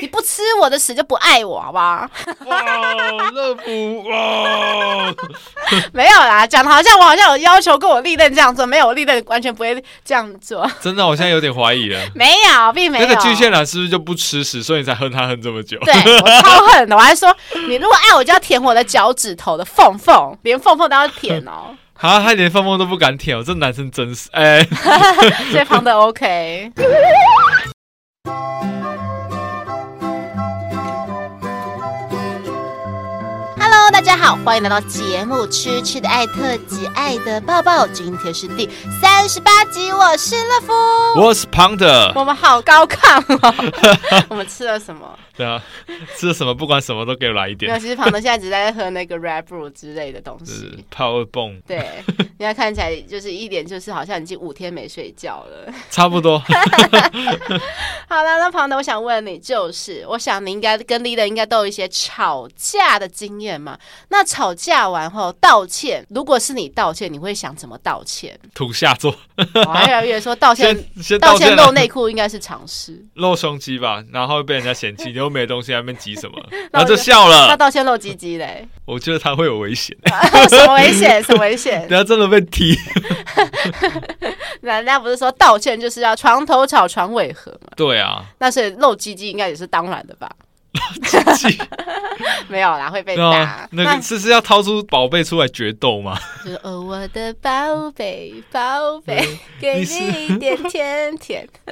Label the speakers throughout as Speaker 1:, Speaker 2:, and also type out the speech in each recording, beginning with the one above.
Speaker 1: 你不吃我的屎就不爱我，好不好？
Speaker 2: 哇，乐福哇，
Speaker 1: 没有啦，讲的好像我好像有要求过我历任这样做，没有，我历任完全不会这样做，
Speaker 2: 真的，我现在有点怀疑了。
Speaker 1: 没有，并 没
Speaker 2: 那
Speaker 1: 有。
Speaker 2: 个巨蟹男是不是就不吃屎，所以你才恨他恨这么久？
Speaker 1: 对我超恨的，我还说你如果爱我就要舔我的脚趾头的缝缝，连缝缝都要舔哦。
Speaker 2: 啊，他连凤凤都不敢舔，我哦这男生真是哎、
Speaker 1: 所以胖的 OK，Hello，大家好，欢迎来到节目《吃吃的爱》特辑《爱的抱抱》，今天是第三十八集，我是乐福。
Speaker 2: 我是胖的，
Speaker 1: 我们好高亢哦！我们吃了什么？
Speaker 2: 对啊，吃了什么不管什么都给我来一
Speaker 1: 没有，
Speaker 2: 点，
Speaker 1: 其实庞德现在只是在喝那个 Red Bull 之类的东
Speaker 2: 是
Speaker 1: 西。
Speaker 2: power bomb，
Speaker 1: 对，人家看起来就是一脸就是好像已经五天没睡觉了。
Speaker 2: 差不多。
Speaker 1: 好了，那庞德，我想问你，就是我想你应该跟 leader 应该都有一些吵架的经验嘛？那吵架完后道歉，如果是你道歉，你会想怎么道 歉？
Speaker 2: 土下座，
Speaker 1: 我还越来越说道歉，
Speaker 2: 先先
Speaker 1: 道
Speaker 2: 道
Speaker 1: 歉
Speaker 2: 歉啊
Speaker 1: 露
Speaker 2: 了，
Speaker 1: 内裤应该是常 事，
Speaker 2: 露胸肌吧，然后被人家嫌 弃，你又没东西，还没急什么，
Speaker 1: 然
Speaker 2: 然
Speaker 1: 后
Speaker 2: 后
Speaker 1: 就
Speaker 2: 就笑
Speaker 1: 那
Speaker 2: 了。
Speaker 1: 道歉露鸡鸡嘞？
Speaker 2: 我觉得他会有危险，
Speaker 1: 什么危险？什么危险？
Speaker 2: 等下真的被踢。
Speaker 1: 人家不是说道歉就是要床头吵床尾和嘛？
Speaker 2: 对 啊，
Speaker 1: 那所以露鸡鸡应该也是当然的吧？没有啦，会被打
Speaker 2: 啊那。那个是是要掏出宝贝出来决斗吗？
Speaker 1: 就是哦，我的宝贝，宝贝，给
Speaker 2: 嗯你
Speaker 1: 你一点甜甜。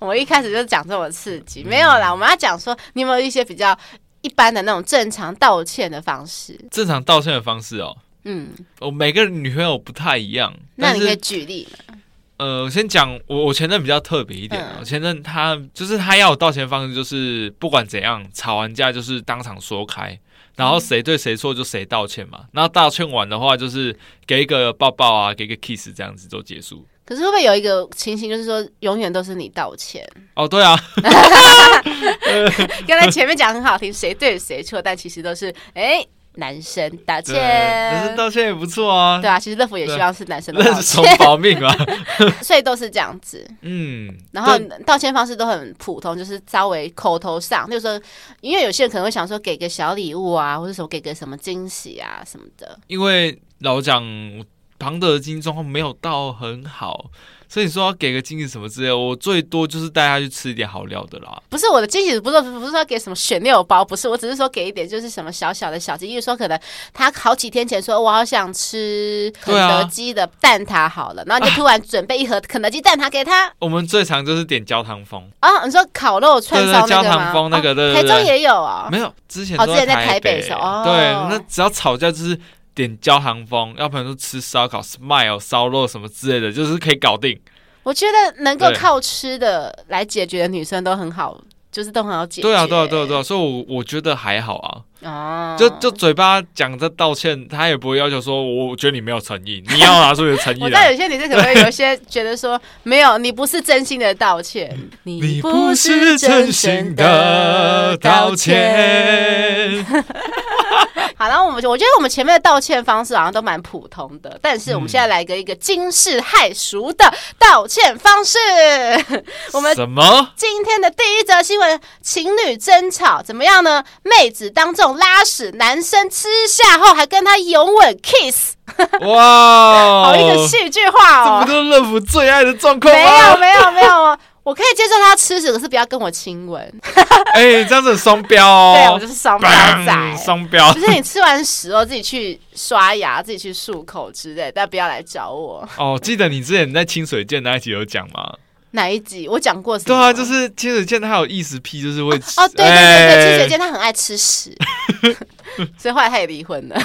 Speaker 1: 我一开始就讲这么刺激，没有啦，我们要讲说你有没有一些比较一般的那种正常道歉的方式？
Speaker 2: 正常道歉的方式哦，
Speaker 1: 嗯，
Speaker 2: 我每个女朋友不太一样。
Speaker 1: 那
Speaker 2: 但
Speaker 1: 你
Speaker 2: 是
Speaker 1: 可以举例嘛？
Speaker 2: 呃，我先讲我我前任比较特别一点啊，
Speaker 1: 嗯
Speaker 2: 我前任他就是他要我道歉方式就是不管怎样吵完架就是当场说开，然后谁对谁错就谁道歉
Speaker 1: 嗯
Speaker 2: 嘛，然后道歉完的话就是给一个抱抱啊，给一个 kiss 这样子就结束。
Speaker 1: 可是会不会有一个情形，就是说永远都是你道 歉？
Speaker 2: 哦，对啊，
Speaker 1: 刚才前面讲很好听，谁对谁错，但其实都是哎、男生道
Speaker 2: 对，男
Speaker 1: 歉
Speaker 2: 生。道歉也不错啊
Speaker 1: 对，啊，其实乐福也希望是男生的
Speaker 2: 那
Speaker 1: 道
Speaker 2: 是
Speaker 1: 歉
Speaker 2: 从，保命啊。
Speaker 1: 所以都是这样子。
Speaker 2: 嗯，
Speaker 1: 然后
Speaker 2: 对
Speaker 1: 道歉方式都很普通，就是稍微口头上，就是说，因为有些人可能会想说给个小礼物啊，或者什么给个什么惊喜啊什么的。
Speaker 2: 因为老实讲庞德的经济状况没有到很好，所以你说要给个惊喜什么之类的，我最多就是带他去吃一点好料的啦。
Speaker 1: 不是我的惊喜，不是不是说给什么选六包，不是，我只是说给一点就是什么小小的小惊喜，例如说可能他好几天前说我好想吃肯
Speaker 2: 对啊
Speaker 1: 德基的蛋挞好了，然后你就突然准备一盒肯德基蛋挞给他。
Speaker 2: 我们最常就是点焦糖风，
Speaker 1: 啊，你说烤肉串
Speaker 2: 对对
Speaker 1: 烧那
Speaker 2: 焦
Speaker 1: 个
Speaker 2: 糖
Speaker 1: 吗？
Speaker 2: 风那个
Speaker 1: 哦
Speaker 2: 对对
Speaker 1: 台中
Speaker 2: 对
Speaker 1: 也有啊、
Speaker 2: 没有之前
Speaker 1: 哦
Speaker 2: 都
Speaker 1: 之前在台
Speaker 2: 台
Speaker 1: 北的时候哦
Speaker 2: 对，那只要吵架就是点焦糖风，要不然就吃烧烤、smile 烧肉什么之类的，就是可以搞定。
Speaker 1: 我觉得能够
Speaker 2: 对
Speaker 1: 靠吃的来解决的女生都很好，就是都很好解决。
Speaker 2: 对啊，对啊，对啊，对啊，所以我我觉得还好啊，
Speaker 1: 哦，
Speaker 2: 就就嘴巴讲着道歉，他也不会要求说，我我觉得你没有诚意，你要拿出你的诚
Speaker 1: 我
Speaker 2: 意
Speaker 1: 知道
Speaker 2: 来。
Speaker 1: 有些女生可能会有一些觉得说，没有，你不是真心的道歉，
Speaker 2: 你不是真心的道。歉，
Speaker 1: 好，然后我们就我觉得我们前面的道歉方式好像都蛮普通的，但是我们现在来个一个惊世骇俗的道歉方式。 我们
Speaker 2: 什么？
Speaker 1: 今天的第一则新闻：情侣争吵怎么样呢？妹子当众拉屎，男生吃下后还跟她拥吻 kiss，哦
Speaker 2: 哇，
Speaker 1: 好一个戏剧化
Speaker 2: 这
Speaker 1: 哦
Speaker 2: 不！就是乐福最爱的状况
Speaker 1: 没有
Speaker 2: 吗？
Speaker 1: 没有没有，我可以接受他吃屎，可是不要跟我亲吻。
Speaker 2: 哎，这样子很双标哦。
Speaker 1: 对我就是双标
Speaker 2: 砰
Speaker 1: 仔。
Speaker 2: 双标
Speaker 1: 就。是你吃完屎后自己去刷牙、自己去漱口之类，但不要来找我。
Speaker 2: 哦，记得你之前在清水剑那一集有讲吗？
Speaker 1: 哪一集我讲过什么？
Speaker 2: 对啊，就是清水剑它有意识癖，就是会吃
Speaker 1: 嗯哦，对对对对，清水
Speaker 2: 哎
Speaker 1: 健他很爱吃 屎，所以后来他也离婚了。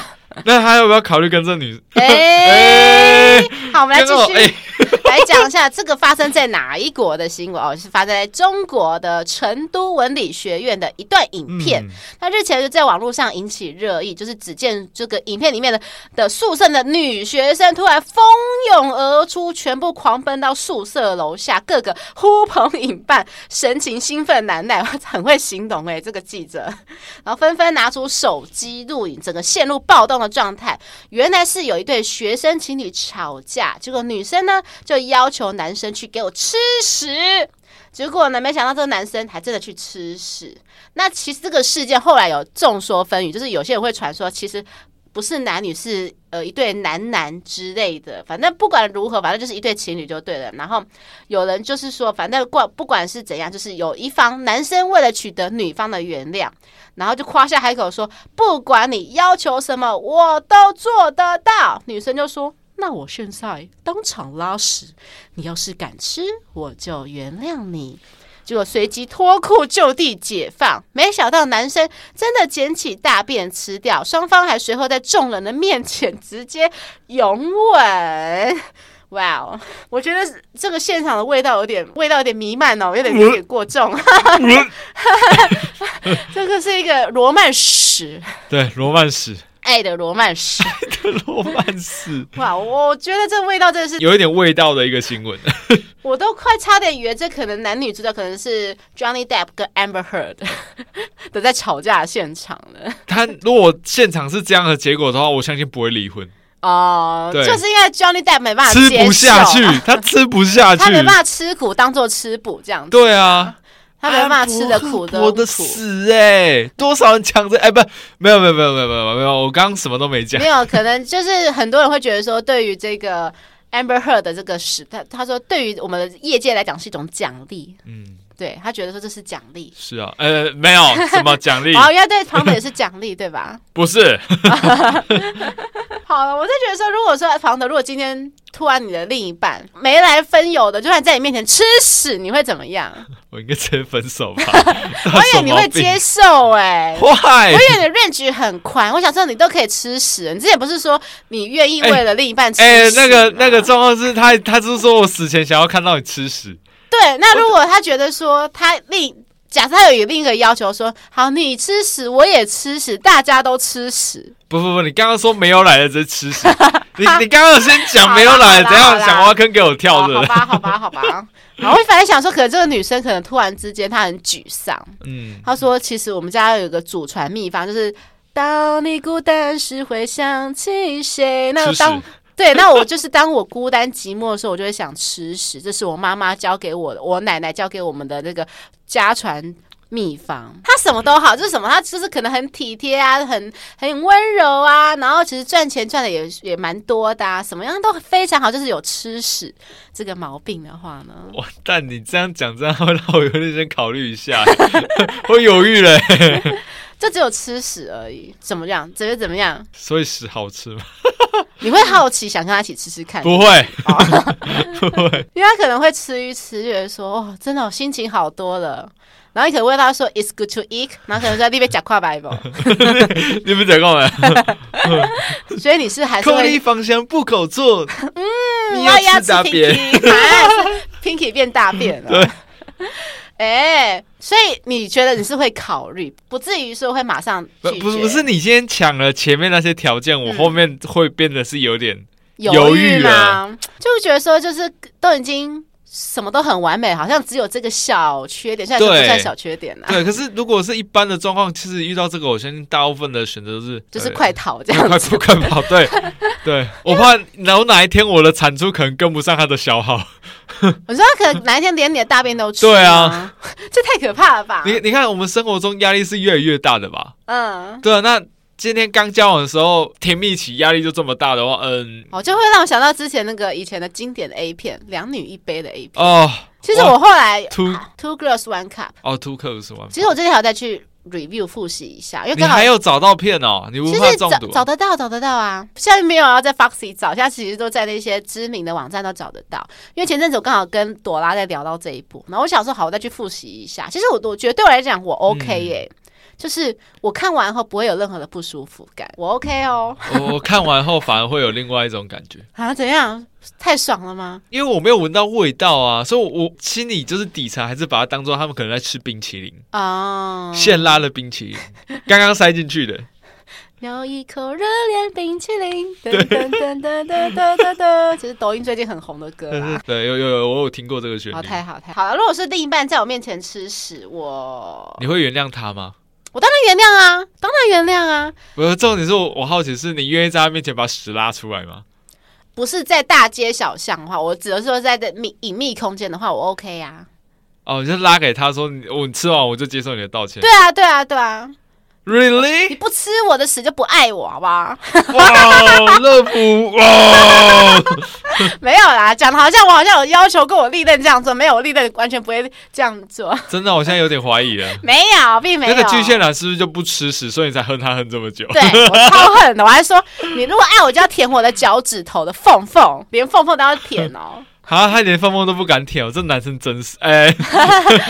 Speaker 2: 那他要不要考虑跟这女？
Speaker 1: 哎、好，我们来
Speaker 2: 跟
Speaker 1: 继
Speaker 2: 我
Speaker 1: 续。
Speaker 2: 哎，
Speaker 1: 来讲一下这个发生在哪一国的新闻哦，是发生在中国的成都文理学院的一段影片。
Speaker 2: 嗯
Speaker 1: 那日前就在网络上引起热议，就是只见这个影片里面的的宿舍的女学生突然蜂拥而出，全部狂奔到宿舍楼下，各个呼朋引伴，神情兴奋难耐， 很会形容哎、这个记者。然后纷纷拿出手机录影，整个陷入暴动的状态。原来是有一对学生情侣吵架，结果女生呢就要求男生去给我吃屎。结果呢，没想到这个男生还真的去吃屎。那其实这个事件后来有众说纷纭，就是有些人会传说，其实不是男女，是呃一对男男之类的。反正不管如何，反正就是一对情侣就对了。然后有人就是说，反正不不管是怎样，就是有一方男生为了取得女方的原谅，然后就夸下海口说，不管你要求什么，我都做得到。女生就说。那我现在当场拉屎，你要是敢吃，我就原谅你。结果随即脱裤就地解放，没想到男生真的捡起大便吃掉，双方还随后在众人的面前直接拥吻。哇哦，我觉得这个现场的味道有点味道有点弥漫哦，有点有点过重。
Speaker 2: 嗯
Speaker 1: 这个是一个罗曼史，
Speaker 2: 对，罗曼 史，
Speaker 1: 爱的罗曼史。
Speaker 2: 罗曼史，
Speaker 1: 哇，我觉得这味道真的是
Speaker 2: 有一点味道的一个新闻。
Speaker 1: 我都快差点以为这可能男女主角可能是 Johnny Depp 跟 Amber Heard 的在吵架的现场了。
Speaker 2: 他如果现场是这样的结果的话，我相信不会离婚，
Speaker 1: 哦、
Speaker 2: 对
Speaker 1: 就是因为 Johnny Depp 没办法
Speaker 2: 吃
Speaker 1: 接
Speaker 2: 不下
Speaker 1: 受啊
Speaker 2: 去，他吃不下去
Speaker 1: 他，没办法吃苦当做吃补这样子，
Speaker 2: 对啊，
Speaker 1: 他没办法吃的苦
Speaker 2: 我
Speaker 1: 苦
Speaker 2: 的。死哎，多少人抢着哎，不，没有没有没有没有没有没有，我刚刚什么都没讲
Speaker 1: 没。有，可能就是很多人会觉得说，对于这个 Amber Heard 的这个史，他他说对于我们的业界来讲是一种奖励，
Speaker 2: 嗯，
Speaker 1: 对他觉得说这是奖励。
Speaker 2: 是啊，呃，没有什么奖励，
Speaker 1: 哦，原来对旁边也是奖励，对吧？
Speaker 2: 不是，
Speaker 1: 好了，我就觉得说，如果说房德，如果今天突然你的另一半没来分友的，就算在你面前吃屎，你会怎么 样？
Speaker 2: 我应该直接分手吧。
Speaker 1: 我
Speaker 2: 我
Speaker 1: 以为你会接受哎、
Speaker 2: 坏
Speaker 1: 我，以为你的 range 很宽，我想说你都可以吃屎了。你之前不是说你愿意为了另一半吃屎吗、
Speaker 2: 哎，那个那个状况是他，他是说我死前想要看到你吃屎，
Speaker 1: 对，那如果他觉得说他另假设他有另一个要求说，好，你吃屎我也吃屎，大家都吃屎，
Speaker 2: 不不不，你刚刚说没有来的这吃 屎，你你刚刚有先讲没有
Speaker 1: 好
Speaker 2: 来，
Speaker 1: 啦
Speaker 2: 怎
Speaker 1: 好
Speaker 2: 样
Speaker 1: 啦
Speaker 2: 想挖坑给我跳
Speaker 1: 好
Speaker 2: 的？
Speaker 1: 吧，好吧，好吧。 好，我反正想说，可能这个女生可能突然之间她很沮丧。
Speaker 2: 嗯，
Speaker 1: 他说：“其实我们家有一个祖传秘方，就是当你孤单时会想起谁。那
Speaker 2: 吃
Speaker 1: 个
Speaker 2: 屎
Speaker 1: 当对，那我就是当我孤单寂寞的时候，我就会想吃屎。这是我妈妈教给我的，我奶奶教给我们的那个家传。”秘方，他什么都好，就是什么，他就是可能很体贴啊，很很温柔啊，然后其实赚钱赚的也也蛮多的啊，什么样都非常好，就是有吃屎这个毛病的话呢，
Speaker 2: 哇，但你这样讲，这样会让我有点先考虑一下， 我犹豫了。
Speaker 1: 就只有吃屎而已，怎么样？怎么怎么样？
Speaker 2: 所以屎好吃吗？
Speaker 1: 你会好奇想跟他一起吃吃看，
Speaker 2: 不会，哦
Speaker 1: 因为他可能会吃鱼吃，觉得说哦，真的、哦、心情好多了。然后你可能问他说，It's good to eat，然后可能在那边讲跨白宝，
Speaker 2: 你们讲过没？
Speaker 1: 所以你是还是
Speaker 2: 口里
Speaker 1: 会
Speaker 2: 芳香不口做，嗯你
Speaker 1: 我
Speaker 2: 要吃大便。
Speaker 1: Pinky，啊是 Pinky 变大便了。 哎、所以你觉得你是会考虑，不至于说会马上
Speaker 2: 不
Speaker 1: 拒绝，
Speaker 2: 不是不是，你今天抢了前面那些条件，我
Speaker 1: 嗯
Speaker 2: 后面会变得是有点犹
Speaker 1: 犹
Speaker 2: 豫啊
Speaker 1: 豫吗？就会觉得说，就是都已经什么都很完美，好像只有这个小缺点，现在就不
Speaker 2: 对
Speaker 1: 算小缺点啊了、
Speaker 2: 对。可是如果是一般的状况，其实遇到这个，我相信大部分的选择都是
Speaker 1: 就是
Speaker 2: 呃
Speaker 1: 快逃这
Speaker 2: 快
Speaker 1: 样
Speaker 2: 快
Speaker 1: 子。
Speaker 2: 跑快跑， 对对，我怕然后哪一天我的产出可能跟不上他的 消耗。
Speaker 1: 我说他可能哪一天连你的大便都吃、
Speaker 2: 对
Speaker 1: 啊，这太可怕了吧？
Speaker 2: 你你看，我们生活中压力是越来越大的吧？
Speaker 1: 嗯，
Speaker 2: 对啊，那今天刚交往的时候甜蜜期压力就这么大的话，嗯
Speaker 1: 哦，就会让我想到之前那个以前的经典的 A 片，两女一杯的 A 片。
Speaker 2: 哦，
Speaker 1: 其实我后来啊
Speaker 2: 突
Speaker 1: Two Girls One Cup，
Speaker 2: 哦 two cups 完，
Speaker 1: 其实我最近还有再去 review 复习一下，因为
Speaker 2: 你
Speaker 1: 刚好
Speaker 2: 还。有找到片哦，你不
Speaker 1: 其
Speaker 2: 怕
Speaker 1: 实
Speaker 2: 中
Speaker 1: 找
Speaker 2: 毒
Speaker 1: 找
Speaker 2: 啊？
Speaker 1: 得到，找得到啊！现在没有要在 Foxy 找，现在其实都在那些知名的网站都找得到。因为前阵子我刚好跟朵拉在聊到这一步，然后我想说，好，我再去复习一下。其实我我觉得对我来讲，
Speaker 2: 嗯
Speaker 1: 我 OK 耶、就是我看完后不会有任何的不舒服感，我 OK 哦。
Speaker 2: 我我看完后反而会有另外一种感觉，
Speaker 1: 啊，怎样？太爽了吗？
Speaker 2: 因为我没有闻到味道啊，所以我我心里就是底层还是把它当做他们可能在吃冰淇淋，
Speaker 1: 哦，
Speaker 2: 现拉的冰淇淋，刚刚塞进去的。
Speaker 1: 咬一口热恋冰淇淋，噔噔噔噔噔噔噔噔，这是抖音最近很红的歌
Speaker 2: 但是
Speaker 1: 啦。
Speaker 2: 对，有有有，我有听过这个旋
Speaker 1: 好，
Speaker 2: 律。
Speaker 1: 太好太好了。如果是另一半在我面前吃屎，我
Speaker 2: 你会原谅他吗？
Speaker 1: 我当然原谅啊，当然原谅啊，
Speaker 2: 不是，重点是我我好奇是你愿意在他面前把屎拉出来吗？
Speaker 1: 不是在大街小巷的话，我只能说在这密隐秘空间的话，我 OK 啊。
Speaker 2: 哦，你就拉给他说，你我吃完我就接受你的道歉
Speaker 1: 对。啊，对啊，对啊，你
Speaker 2: Really？
Speaker 1: 不吃我的屎就不爱我，好不好？
Speaker 2: 哇，乐福哇！
Speaker 1: 没有啦，讲的好像我好像有要求过我历任这样做，没有，我历任完全不会这样做，
Speaker 2: 真的，我现在有点怀疑了。
Speaker 1: 没有，并没
Speaker 2: 那
Speaker 1: 有。
Speaker 2: 个巨蟹男是不是就不吃屎，所以你才恨他恨这么久？
Speaker 1: 对我超恨的，我还说你如果爱我就要舔我的脚趾头的缝缝，连缝缝都要舔 哦。
Speaker 2: 啊，他连凤凤都不敢舔，哦我这男生真是哎、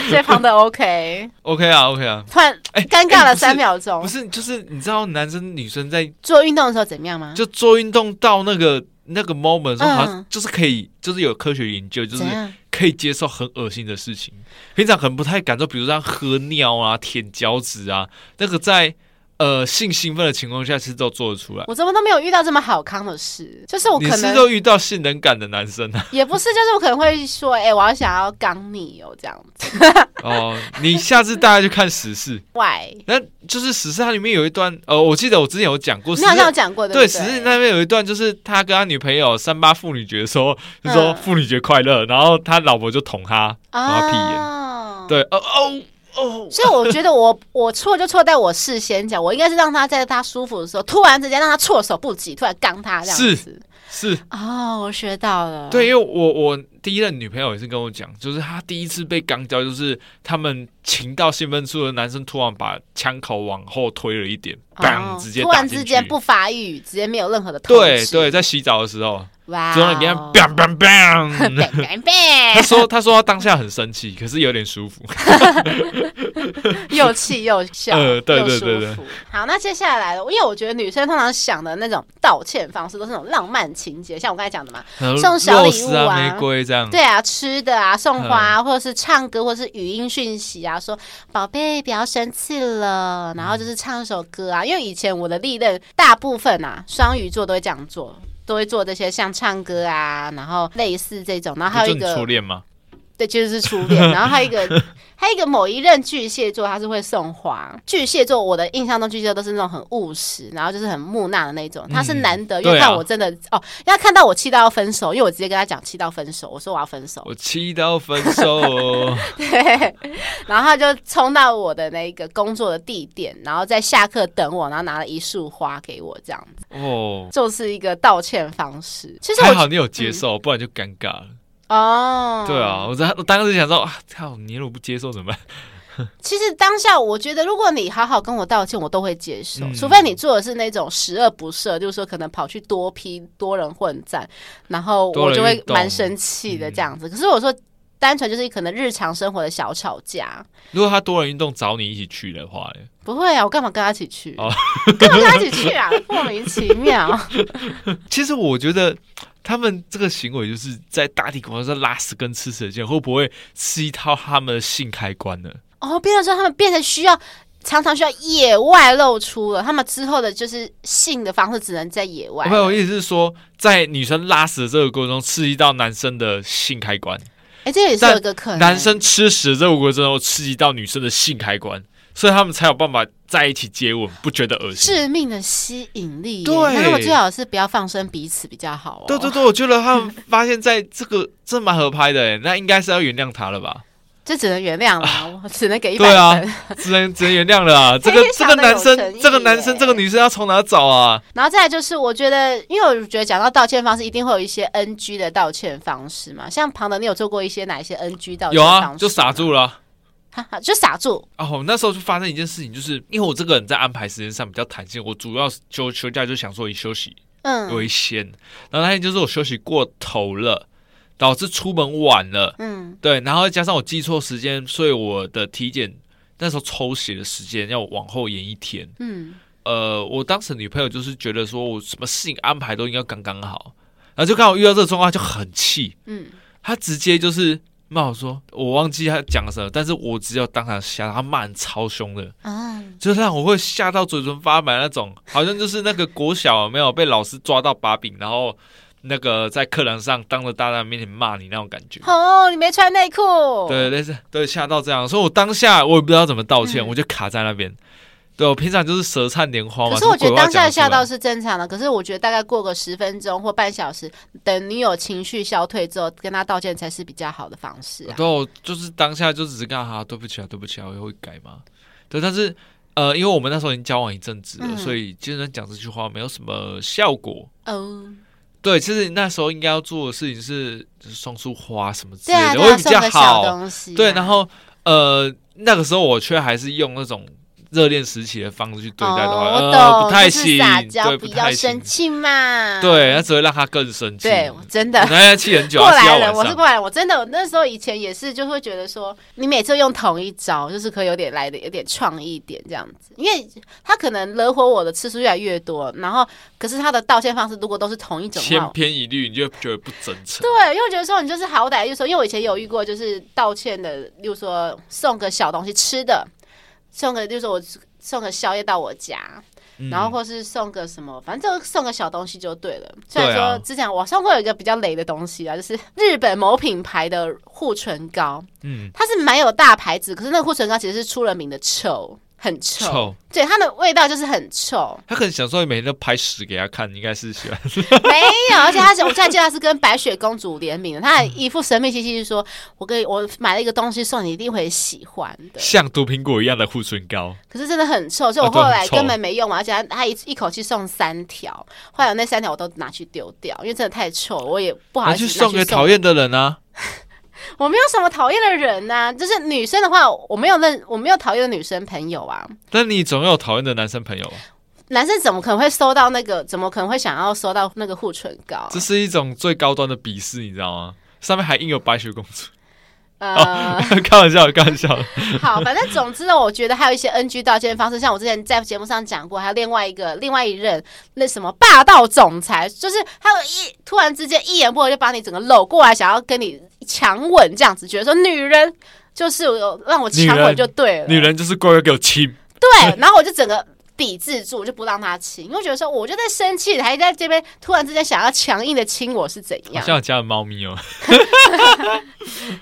Speaker 1: 所以胖的 OK，
Speaker 2: o k 啊，OK 啊，
Speaker 1: 突然
Speaker 2: 哎
Speaker 1: 尴尬
Speaker 2: 哎
Speaker 1: 了
Speaker 2: 不是
Speaker 1: 三秒钟。
Speaker 2: 不是，就是你知道男生女生在
Speaker 1: 做运动的时候怎么样吗？
Speaker 2: 就做运动到那个那个 moment 的时候，好像
Speaker 1: 嗯
Speaker 2: 就是可以，就是有科学研究，就是
Speaker 1: 怎样？
Speaker 2: 可以接受很恶心的事情，平常可能不太敢做，比如像喝尿啊、舔脚趾啊，那个在呃性兴奋的情况下其实都做得出来。
Speaker 1: 我怎么都没有遇到这么好康的事，就是我
Speaker 2: 你
Speaker 1: 可
Speaker 2: 是
Speaker 1: 能
Speaker 2: 都遇到性能感的男生 啊？
Speaker 1: 也不是，就是我可能会说，哎、我要想要刚你哦，这样子。
Speaker 2: 哦，你下次大家去看时事，
Speaker 1: Why？
Speaker 2: 那就是时事它里面有一段，呃，我记得我之前有讲过，时
Speaker 1: 你好像有
Speaker 2: 事
Speaker 1: 讲过
Speaker 2: 对
Speaker 1: 对
Speaker 2: 时
Speaker 1: 不
Speaker 2: 事
Speaker 1: 对？
Speaker 2: 那边有一段，就是他跟他女朋友三八妇女节的时候，就说
Speaker 1: 嗯
Speaker 2: 妇女节快乐，然后他老婆就捅他，然后屁眼
Speaker 1: 哦，
Speaker 2: 对，哦哦哦，
Speaker 1: 所以我觉得我 我错就错在我事先讲，我应该是让他在他舒服的时候，突然之间让他措手不及，突然刚他这样子。
Speaker 2: 是。
Speaker 1: 哦，我学到了。
Speaker 2: 对，因为我我第一任女朋友也是跟我讲，就是她第一次被肛交，就是他们情到兴奋处的男生突然把枪口往后推了一点，
Speaker 1: 哦，
Speaker 2: bang，直接
Speaker 1: 突
Speaker 2: 打
Speaker 1: 然
Speaker 2: 进
Speaker 1: 之间
Speaker 2: 去
Speaker 1: 不发育，直接没有任何的透
Speaker 2: 对
Speaker 1: 支
Speaker 2: 对，，在洗澡的时候，
Speaker 1: 哇哦，
Speaker 2: 突然给他 bang bang bang。
Speaker 1: bang bang
Speaker 2: 他
Speaker 1: bang，
Speaker 2: 说：“他说他当下很生气，可是有点舒服。
Speaker 1: 又气又笑，
Speaker 2: 呃对对对
Speaker 1: 又舒服。好，那接下来，因为我觉得女生通常想的那种道歉方式都是那种浪漫情节，像我刚才讲的嘛，
Speaker 2: 然后
Speaker 1: 送小礼物
Speaker 2: rose 啊，
Speaker 1: 啊
Speaker 2: 玫瑰这样。
Speaker 1: 对啊，吃的啊，送花、
Speaker 2: 嗯
Speaker 1: 啊，或者是唱歌，或者是语音讯息啊，说宝贝不要生气了，
Speaker 2: 嗯
Speaker 1: 然后就是唱一首歌啊。因为以前我的历任大部分啊，双鱼座都会这样做，都会做这些像唱歌啊，然后类似这种，然后
Speaker 2: 不
Speaker 1: 啊还
Speaker 2: 就
Speaker 1: 有一
Speaker 2: 你
Speaker 1: 个
Speaker 2: 初恋吗？
Speaker 1: 对，就是初恋。 然后还有一个，还有一个某一任巨蟹座，他是会送花。巨蟹座，我的印象中巨蟹座都是那种很务实，然后就是很木讷的那种。他是
Speaker 2: 嗯
Speaker 1: 难得，因
Speaker 2: 对
Speaker 1: 为
Speaker 2: 啊
Speaker 1: 看我真的、哦，要看到我气到要分手，因为我直接跟他讲气到分手，我说我要分手，
Speaker 2: 我气到分 手。
Speaker 1: 对， 然后他就冲到我的那个工作的地点，然后在下课等我，然后拿了一束花给我，这样子
Speaker 2: 哦，
Speaker 1: 就是一个道歉方式。其实
Speaker 2: 还
Speaker 1: 我嗯
Speaker 2: 好你有接受，不然就尴尬了。
Speaker 1: 哦，
Speaker 2: 对啊，我当我当时想说啊，靠，你如果不接受怎么办？
Speaker 1: 其实当下我觉得，如果你好好跟我道歉，我都会接受，
Speaker 2: 嗯
Speaker 1: 除非你做的是那种十恶不赦，就是说可能跑去多批多人混战，然后
Speaker 2: 多
Speaker 1: 我
Speaker 2: 人
Speaker 1: 就
Speaker 2: 运嗯
Speaker 1: 会
Speaker 2: 动
Speaker 1: 蛮生气的这样子。可是我说。单纯就是可能日常生活的小吵架，
Speaker 2: 如果他多人运动找你一起去的话，欸
Speaker 1: 不会啊，我干嘛跟他一起去？
Speaker 2: 哦
Speaker 1: 干嘛跟他一起去啊？ 莫名其妙。
Speaker 2: 其实我觉得他们这个行为就是在大地广上拉屎跟吃屎的间，会不会吃一套他们的性开关呢？
Speaker 1: 哦，变成说他们变成需要常常需要野外露出了，他们之后的就是性的方式只能在野外
Speaker 2: 哦没。有，我意思是说，在女生拉屎的这个过程中，刺激到男生的性开关；
Speaker 1: 哎、这也是
Speaker 2: 但
Speaker 1: 有一个可能。
Speaker 2: 男生吃屎的这个过程中，刺激到女生的性开关，所以他们才有办法在一起接吻，不觉得恶心。
Speaker 1: 致命的吸引力耶，
Speaker 2: 对
Speaker 1: 那他们最好是不要放生彼此比较好哦。
Speaker 2: 对对对，我觉得他们发现在这个这蛮合拍的，欸那应该是要原谅他了吧？
Speaker 1: 这只能原谅了，我只能给一百
Speaker 2: 对啊
Speaker 1: 分。
Speaker 2: 只能只能原谅了啊！这个这
Speaker 1: 想
Speaker 2: 个
Speaker 1: 得
Speaker 2: 男
Speaker 1: 有诚
Speaker 2: 生，
Speaker 1: 意
Speaker 2: 这个男生，
Speaker 1: 耶
Speaker 2: 这个女生要从哪找啊？
Speaker 1: 然后再来就是，我觉得，因为我觉得讲到道歉方式，一定会有一些 NG 的道歉方式嘛。像庞德，你有做过一些哪一些 NG 道歉
Speaker 2: 有
Speaker 1: 方式吗？
Speaker 2: 啊，就傻住了啊。
Speaker 1: 哈哈，就傻住。
Speaker 2: 啊我那时候就发生一件事情，就是因为我这个人在安排时间上比较弹性，我主要休休假就想说以休息
Speaker 1: 嗯
Speaker 2: 为先。然后那天就是我休息过头了，导致出门晚了，
Speaker 1: 嗯，
Speaker 2: 对，然后加上我记错时间，所以我的体检那时候抽血的时间要往后延一天。
Speaker 1: 嗯，
Speaker 2: 呃，我当时女朋友就是觉得说我什么事情安排都应该刚刚好，然后就刚好遇到这个状况，她就很气，
Speaker 1: 嗯，
Speaker 2: 她直接就是骂我说我忘记她讲了什么，但是我只有当场吓到，她骂人超凶的，
Speaker 1: 啊，
Speaker 2: 就是让我会吓到嘴唇发麻那种，好像就是那个国小有没有被老师抓到把柄，然后那个在课堂上当着大家面前骂你那种感觉。
Speaker 1: 哦，你没穿内裤。
Speaker 2: 对，类似对吓到这样，所以我当下我也不知道怎么道歉，
Speaker 1: 嗯
Speaker 2: 我就卡在那边。对我平常就是舌灿莲花嘛。
Speaker 1: 可是我觉得当下吓到
Speaker 2: 什
Speaker 1: 是正常的，可是我觉得大概过个十分钟或半小时，等女友情绪消退之后，跟她道歉才是比较好的方式
Speaker 2: 么鬼话讲出来，
Speaker 1: 啊。
Speaker 2: 对，我就是当下就只是跟他哈，对不起啊，对不起啊，我会改嘛。对，但是呃，因为我们那时候已经交往一阵子了，
Speaker 1: 嗯
Speaker 2: 所以基本上讲这句话没有什么效果。
Speaker 1: 嗯，
Speaker 2: 对，其实那时候应该要做的事情是就是送束花什么之
Speaker 1: 对
Speaker 2: 类
Speaker 1: 啊，
Speaker 2: 的，
Speaker 1: 对
Speaker 2: 会
Speaker 1: 啊，
Speaker 2: 比
Speaker 1: 送
Speaker 2: 较
Speaker 1: 个小
Speaker 2: 好。
Speaker 1: 东西啊、
Speaker 2: 对，然后呃，那个时候我却还是用那种热恋时期的方式去对待的话，
Speaker 1: 哦、我
Speaker 2: 呃，
Speaker 1: 懂
Speaker 2: 不太
Speaker 1: 就是
Speaker 2: 行
Speaker 1: 撒，娇
Speaker 2: 对，
Speaker 1: 不
Speaker 2: 不
Speaker 1: 要
Speaker 2: 太
Speaker 1: 生
Speaker 2: 行，
Speaker 1: 气嘛。
Speaker 2: 对，那只会让他更生气。
Speaker 1: 对， 我真 的
Speaker 2: 可能要气很久，
Speaker 1: 过
Speaker 2: 要气
Speaker 1: 来
Speaker 2: 到
Speaker 1: 人，我
Speaker 2: 晚
Speaker 1: 是
Speaker 2: 上。
Speaker 1: 过来人。我真的，我那时候以前也是，就会觉得说，你每次用同一招，就是可以有点来的有点创意一点这样子，因为他可能惹火我的次数越来越多，然后可是他的道歉方式如果都是同一种的话，
Speaker 2: 千篇一律，你就觉得不真诚。
Speaker 1: 对，因为我觉得说你就是好歹就说，因为我以前有遇过，就是道歉的，例如说送个小东西吃的，送个就是我送个宵夜到我家，
Speaker 2: 嗯
Speaker 1: 然后或是送个什么，反正就送个小东西就对了。虽然
Speaker 2: 对啊
Speaker 1: 说之前我送过有一个比较雷的东西啊，就是日本某品牌的护唇膏，
Speaker 2: 嗯，
Speaker 1: 它是蛮有大牌子，可是那个护唇膏其实是出了名的臭，很臭，
Speaker 2: 臭，
Speaker 1: 对它的味道就是很臭。
Speaker 2: 他可能想说每天都拍屎给他看，应该是喜欢。
Speaker 1: 没有，而且他是，我现在记得他是跟白雪公主联名的，他还一副神秘兮兮地说：“我给我买了一个东西送你，一定会喜欢的。
Speaker 2: 像毒苹果一样的护唇膏，”
Speaker 1: 可是真的很臭，所以我
Speaker 2: 啊对
Speaker 1: 后来
Speaker 2: 很臭
Speaker 1: 根本没用完，而且他他一一口气送三条，后来我那三条我都拿去丢掉，因为真的太臭了，我也不好
Speaker 2: 拿
Speaker 1: 意思
Speaker 2: 去
Speaker 1: 拿
Speaker 2: 送给讨
Speaker 1: 厌。
Speaker 2: 厌的人啊。
Speaker 1: 我没有什么讨厌的人呐、就是女生的话，我没有认我没有讨厌的女生朋友啊。
Speaker 2: 但你总有讨厌的男生朋友啊吧，
Speaker 1: 男生怎么可能会收到那个？怎么可能会想要收到那个护唇膏啊？
Speaker 2: 这是一种最高端的鄙视，你知道吗？上面还印有白雪公 主。
Speaker 1: 呃，
Speaker 2: 开玩笑，开玩笑。
Speaker 1: 好，反正总之呢，我觉得还有一些 NG 道歉方式，像我之前在节目上讲过，还有另外一个另外一任那什么霸道总裁，就是他有一突然之间一言不合就把你整个搂过来，想要跟你强吻这样子，觉得说女人就是有让我强
Speaker 2: 女
Speaker 1: 吻
Speaker 2: 人
Speaker 1: 就对了，
Speaker 2: 女人就是乖乖给我亲，
Speaker 1: 对，然后我就整个。抵制住，我就不让他亲，因为我觉得说我就在生气，还在这边突然之间想要强硬的亲我是怎
Speaker 2: 好
Speaker 1: 样？
Speaker 2: 像我家的猫咪哦。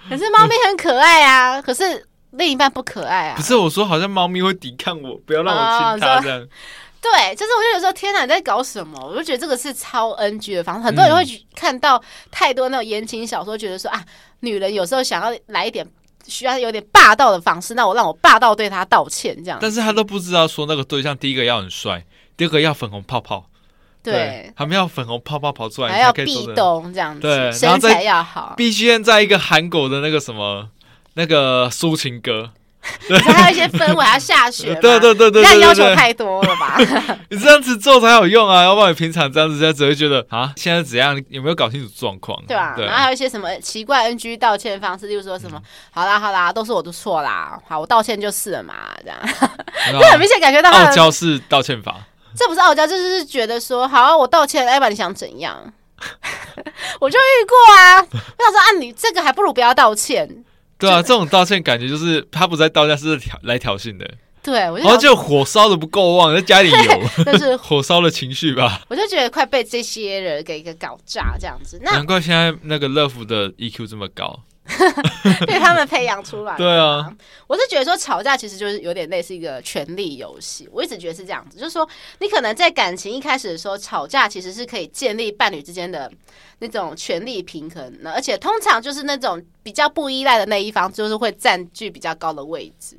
Speaker 1: 可是猫咪很可爱啊，可是另一半不可爱啊
Speaker 2: 不。是我说，好像猫咪会抵抗我，不要让我亲
Speaker 1: 哦
Speaker 2: 它
Speaker 1: 你说
Speaker 2: 这样。
Speaker 1: 对，就是我就有时候天哪，你在搞什么？我就觉得这个是超 NG 的方式。很多人会
Speaker 2: 嗯
Speaker 1: 去看到太多那种言情小说，觉得说啊，女人有时候想要来一点需要有点霸道的方式，那我让我霸道对她道歉这样。
Speaker 2: 但是他都不知道说那个对象，第一个要很帅，第二个要粉红泡泡，
Speaker 1: 对，，
Speaker 2: 他们要粉红泡泡跑出来，
Speaker 1: 还要
Speaker 2: 才可以做
Speaker 1: 壁
Speaker 2: 的。
Speaker 1: 咚这样
Speaker 2: 对然
Speaker 1: 子，
Speaker 2: 后
Speaker 1: 身
Speaker 2: 再
Speaker 1: 材要 好。
Speaker 2: 必须现在一个韩国的那个什么那个抒情歌，
Speaker 1: 可是还有一些氛围，还要下雪
Speaker 2: 对
Speaker 1: 嘛。
Speaker 2: 对对对对
Speaker 1: 那你要求
Speaker 2: 对对，
Speaker 1: 太多了 吧？
Speaker 2: 你这样子做才有用啊，要不然你平常这样子，人家只会觉得啊，现在怎样，有没有搞清楚状况？
Speaker 1: 对啊吧、然后还有一些什么奇怪 NG 道歉方式，例如说
Speaker 2: 嗯
Speaker 1: 什么“好啦好啦，都是我的错啦，好我道歉就是了嘛”这样，
Speaker 2: 然
Speaker 1: 就 很
Speaker 2: 后
Speaker 1: 明显感觉到他
Speaker 2: 傲
Speaker 1: 的
Speaker 2: 娇是道歉法。
Speaker 1: 这不是傲娇，这就是觉得说，好、啊，我道歉了，要不然你想怎样？ 我就遇过啊，我想说啊，你这个还不如不要道歉。
Speaker 2: 对啊，这种道歉感觉就是他不在道歉，是挑来挑衅的，
Speaker 1: 对，我
Speaker 2: 然后
Speaker 1: 就
Speaker 2: 就火烧的不够旺，在家里 有
Speaker 1: 但是
Speaker 2: 火烧的情绪吧。
Speaker 1: 我就觉得快被这些人给给搞炸这样子， 那
Speaker 2: 难怪现在那个乐福的 EQ 这么高。
Speaker 1: 被他们培养出来。
Speaker 2: 对啊，
Speaker 1: 我是觉得说吵架其实就是有点类似一个权力游戏，我一直觉得是这样子，就是说你可能在感情一开始的时候吵架，其实是可以建立伴侣之间的那种权力平衡的，而且通常就是那种比较不依赖的那一方，就是会占据比较高的位置，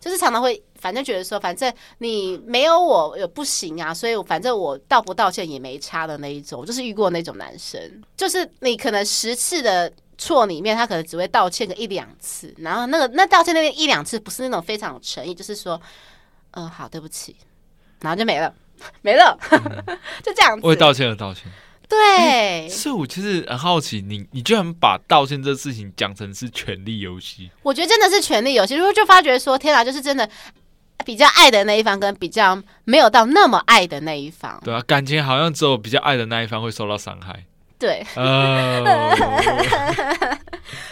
Speaker 1: 就是常常会反正觉得说，反正你没有我也不行啊，所以我反正我道不道歉也没差的那一种，我就是遇过那种男生，就是呃你可能十次的错里面，他可能只会道歉个一两次，然后那个那道歉那一两次不是那种非常有诚意，就是说，嗯、好，对不起，然后就没了，没了， 就这样子。
Speaker 2: 为道歉而道歉，
Speaker 1: 对，
Speaker 2: 所以我其实很好奇，你你居然把道歉这事情讲成是权力游戏，
Speaker 1: 我觉得真的是权力游戏，如果就发觉说，天啊，就是真的比较爱的那一方跟比较没有到那么爱的那一方，
Speaker 2: 对啊，感情好像只有比较爱的那一方会受到 伤害。
Speaker 1: 对，
Speaker 2: 呃，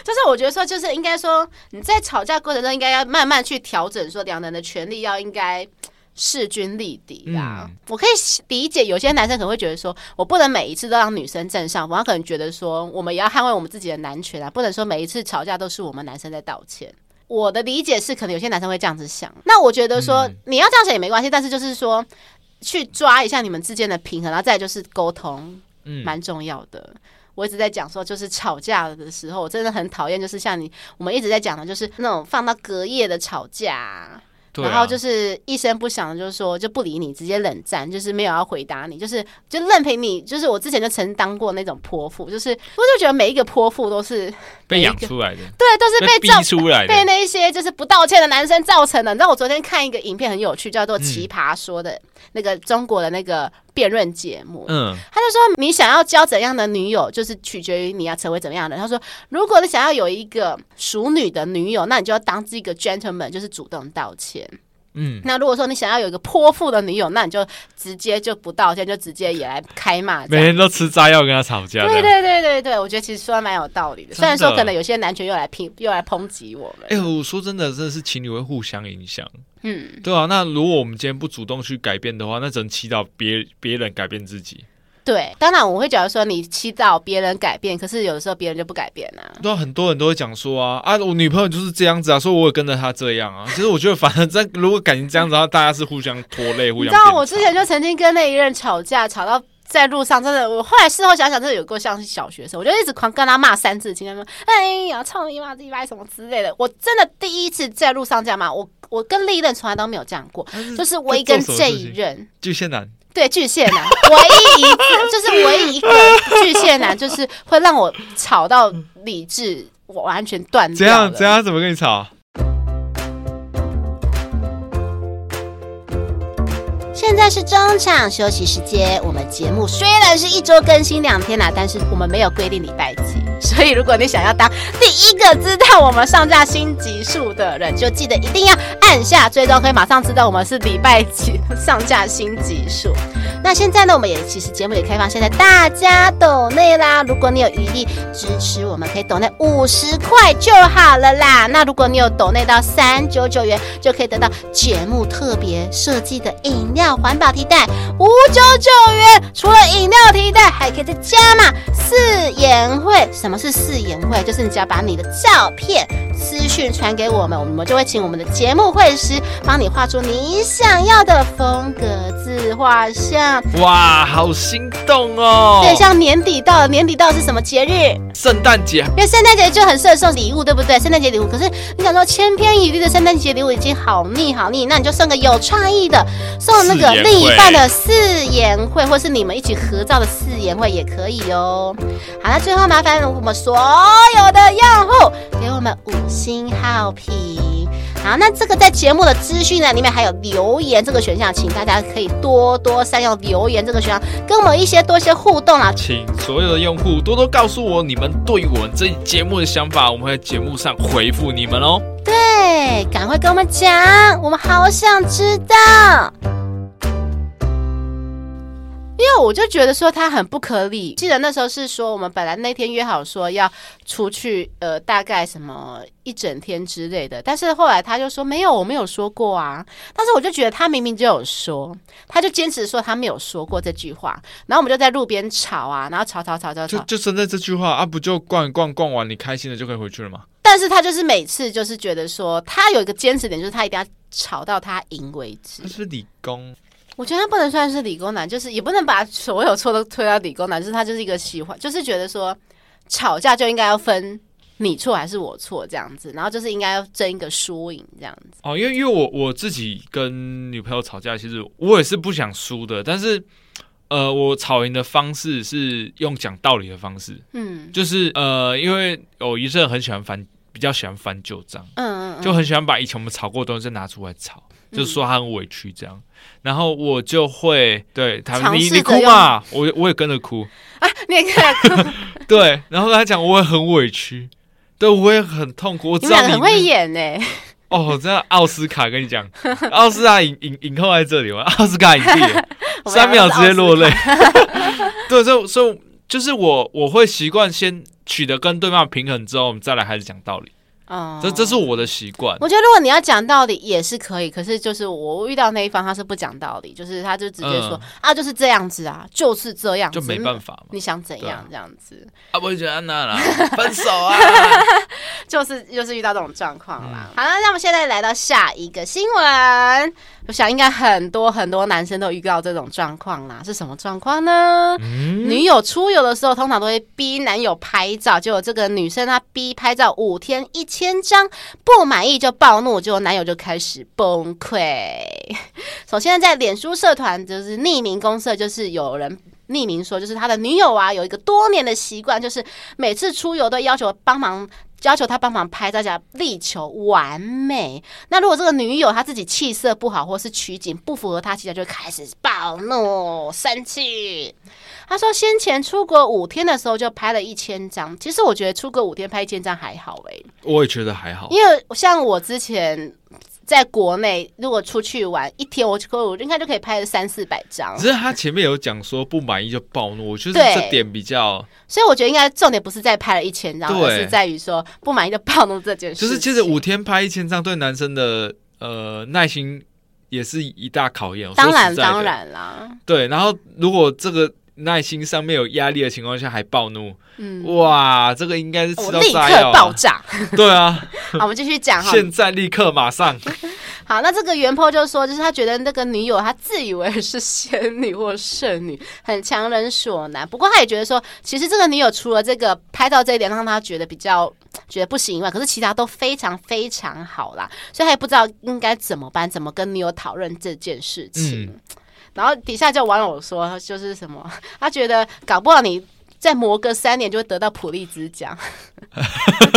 Speaker 1: 就是我觉得说，就是应该说你在吵架过程中，应该要慢慢去调整，说两人的权利要应该。势均力敌啊！
Speaker 2: 嗯
Speaker 1: 我可以理解，有些男生可能会觉得说，我不能每一次都让女生占上风，他可能觉得说，我们也要捍卫我们自己的男权啊，不能说每一次吵架都是我们男生在道歉。我的理解是，可能有些男生会这样子想。那我觉得说、
Speaker 2: 嗯
Speaker 1: 你要这样想也没关系，但是就是说去抓一下你们之间的平衡，然后再来就是沟通，
Speaker 2: 嗯，
Speaker 1: 蛮重要的。我一直在讲说，就是吵架的时候，我真的很讨厌，就是像你我们一直在讲的，就是那种放到隔夜的吵架，
Speaker 2: 对啊、
Speaker 1: 然后就是一声不响的，就是说就不理你，直接冷战，就是没有要回答你，就是就任凭你。就是我之前就曾当过那种泼妇，就是我就觉得每一个泼妇都是
Speaker 2: 被养
Speaker 1: 每一个
Speaker 2: 出来的，
Speaker 1: 对，都哎是被
Speaker 2: 逼
Speaker 1: 造
Speaker 2: 出来的
Speaker 1: 被，那一些就是不道歉的男生造成的。你知道我昨天看一个影片很有趣，叫做《
Speaker 2: 嗯
Speaker 1: 奇葩说》的、那个中国的那个辩论节目，
Speaker 2: 嗯，
Speaker 1: 他就说你想要交怎样的女友，就是取决于你要成为怎么样的人。他说，如果你想要有一个淑女的女友，那你就要当是一个 gentleman，就是主动道歉。
Speaker 2: 嗯，
Speaker 1: 那如果说你想要有一个泼妇的女友，那你就直接就不道歉，就直接也来开骂这
Speaker 2: 每
Speaker 1: 样。
Speaker 2: 天都吃炸药跟他吵架，
Speaker 1: 对
Speaker 2: 这
Speaker 1: 对
Speaker 2: 样。
Speaker 1: 对对对，我觉得其实说的蛮有道理的。
Speaker 2: 真的
Speaker 1: 虽然说可能有些男权又来抨又来抨击我们，
Speaker 2: 哎、我说真的，真的是情侣会互相影响，
Speaker 1: 嗯，
Speaker 2: 对啊。那如果我们今天不主动去改变的话，那只能祈祷别别人改变自己。
Speaker 1: 对。当然我会觉得说你祈祷别人改变，可是有的时候别人就不改变啊。
Speaker 2: 对啊，很多人都会讲说啊啊，我女朋友就是这样子啊，所以我也跟着她这样啊。其实我觉得，反正这如果感情这样子的话，大家是互相拖累，互
Speaker 1: 你
Speaker 2: 相
Speaker 1: 知道
Speaker 2: 鞭策。
Speaker 1: 我之前就曾经跟那一任吵架，吵到在路上，真的，我后来事后想想，真的有过像是小学生，我就一直狂跟他骂三字经，他说：“哎呀，操你妈，鸡巴什么之类的。”我真的第一次在路上这样骂，我我跟另一任从来都没有这样过，就是唯一跟这一任。
Speaker 2: 巨蟹男，
Speaker 1: 对巨蟹男，唯一一次就是唯一一个巨蟹男，就是会让我吵到理智我完全断
Speaker 2: 怎
Speaker 1: 掉
Speaker 2: 样
Speaker 1: 了。
Speaker 2: 怎样怎么跟你吵？
Speaker 1: 现在是中场休息时间，我们节目虽然是一周更新两天啦，但是我们没有规定礼拜几，所以如果你想要当第一个知道我们上架新集数的人，就记得一定要按下追踪，可以马上知道我们是礼拜几上架新集数。那现在呢，我们也其实节目也开放，现在大家抖内啦。如果你有余力支持我们，可以抖内五十块就好了啦。那如果你有抖内到三九九元，就可以得到节目特别设计的饮料环保提袋五九九元。除了饮料提袋，还可以再加嘛四言会。什么是四言会？就是你只要把你的照片私讯传给我们，我们就会请我们的节目会师帮你画出你想要的风格自画像。
Speaker 2: 哇，好心动哦！
Speaker 1: 对，像年底到了，年底到了是什么节日？
Speaker 2: 圣诞节
Speaker 1: 因为圣诞节就很适合送礼物，对不对？圣诞节礼物，可是你想说千篇一律的圣诞节礼物已经好腻好腻，那你就送个有创意的，送那个
Speaker 2: 四言会
Speaker 1: 另一半的四言会，或是你们一起合照的四言会也可以哦。好了，那最后麻烦我们所有的用户给我们五星好评。好，那这个在节目的资讯栏里面还有留言这个选项，请大家可以多多善用留言这个选项，跟我们一些多一些互动啊，
Speaker 2: 请所有的用户多多告诉我你们对于我们这一节目的想法，我们会在节目上回复你们哦。
Speaker 1: 对，赶快跟我们讲，我们好想知道。因为我就觉得说他很不可理，记得那时候是说我们本来那天约好说要出去，呃，大概什么一整天之类的，但是后来他就说没有，我没有说过啊。但是我就觉得他明明就有说，他就坚持说他没有说过这句话，然后我们就在路边吵啊，然后吵吵吵吵
Speaker 2: 就
Speaker 1: 吵，
Speaker 2: 就存在这句话啊，不就逛一逛逛完你开心了就可以回去了吗？
Speaker 1: 但是他就是每次就是觉得说，他有一个坚持点，就是他一定要吵到他赢为止
Speaker 2: 他。是不是理工，
Speaker 1: 我觉得他不能算是理工男，就是也不能把所有错都推到理工男，就是他就是一个喜欢，就是觉得说吵架就应该要分你错还是我错这样子，然后就是应该要争一个输赢这样子。
Speaker 2: 哦，因为因为我我自己跟女朋友吵架，其实我也是不想输的，但是呃，我吵赢的方式是用讲道理的方式，
Speaker 1: 嗯
Speaker 2: 就是呃，因为我一阵很喜欢翻，比较喜欢翻旧账。
Speaker 1: 嗯嗯，
Speaker 2: 就很喜欢把以前我们吵过的东西再拿出来吵，就是说他很委屈这样。然后我就会对他，
Speaker 1: 嗯尝
Speaker 2: 你
Speaker 1: 试
Speaker 2: 你
Speaker 1: 着
Speaker 2: 哭嘛，我我也跟着哭。嗯
Speaker 1: 你也看，
Speaker 2: 对，然后他讲我也很委屈，对我也很痛苦。我
Speaker 1: 你
Speaker 2: 知
Speaker 1: 们两
Speaker 2: 道
Speaker 1: 个很
Speaker 2: 你
Speaker 1: 会演呢、欸
Speaker 2: 哦，我真的奥斯卡跟你讲，奥斯卡影影影后在这里嘛，奥斯卡影 帝了
Speaker 1: 我们
Speaker 2: 三秒直接落
Speaker 1: 两个是奥斯卡
Speaker 2: 泪。 对，所以所以就是我我会习惯先取得跟对方的平衡之后，我们再来开始讲道理。
Speaker 1: 嗯，
Speaker 2: 这这是我的习惯。
Speaker 1: 我觉得如果你要讲道理也是可以，可是就是我遇到那一方他是不讲道理，就是他就直接说、
Speaker 2: 嗯
Speaker 1: 啊就是这样子啊，就是这样子，
Speaker 2: 就没办法嘛
Speaker 1: 你想怎
Speaker 2: 对
Speaker 1: 样
Speaker 2: 啊
Speaker 1: 这样子，
Speaker 2: 啊，我就觉得 安娜啦，分手啊！
Speaker 1: 就是就是遇到这种状况啦。好了，那我们现在来到下一个新闻，我想应该很多很多男生都遇到这种状况啦，是什么状况呢？女友出游的时候，通常都会逼男友拍照，结果这个女生她逼拍照五天一千张，不满意就暴怒，结果男友就开始崩溃。首先在脸书社团，就是匿名公社，就是有人。匿名说，就是他的女友啊，有一个多年的习惯，就是每次出游都要求帮忙，要求他帮忙拍照，家力求完美。那如果这个女友她自己气色不好，或是取景不符合她期待，就会开始暴怒、生气。他说，先前出国五天的时候就拍了一千张，其实我觉得出国五天拍一千张还好诶、
Speaker 2: 我也觉得还好，
Speaker 1: 因为像我之前在国内，如果出去玩一天，我我应该就可以拍三四百张
Speaker 2: 只，是他前面有讲说不满意就暴怒，我觉得
Speaker 1: 对
Speaker 2: 这点比较，
Speaker 1: 所以我觉得应该重点不是在拍了一千张，
Speaker 2: 对
Speaker 1: 而是在于说不满意的暴怒这件事
Speaker 2: 就
Speaker 1: 情。
Speaker 2: 是其实五天拍一千张对男生的呃耐心也是一大考验。我说
Speaker 1: 当然
Speaker 2: 实在的
Speaker 1: 当，然啦，
Speaker 2: 对。然后如果这个耐心上面有压力的情况下还暴怒，
Speaker 1: 嗯，
Speaker 2: 哇，这个应该是吃
Speaker 1: 我
Speaker 2: 到
Speaker 1: 哦立
Speaker 2: 炸
Speaker 1: 刻
Speaker 2: 药、
Speaker 1: 爆
Speaker 2: 啊，
Speaker 1: 炸。
Speaker 2: 对啊，
Speaker 1: 好，我们继续讲哈。
Speaker 2: 现在立刻马上，
Speaker 1: 好，那这个原 po 就说，就是他觉得那个女友她自以为是仙女或圣女，很强人所难。不过他也觉得说，其实这个女友除了这个拍到这一点让他觉得比较觉得不行以外，可是其他都非常非常好啦，所以他也不知道应该怎么办，怎么跟女友讨论这件事情。
Speaker 2: 嗯
Speaker 1: 然后底下就网友说，就是什么，他觉得搞不好你。再磨个三年就会得到普利兹奖，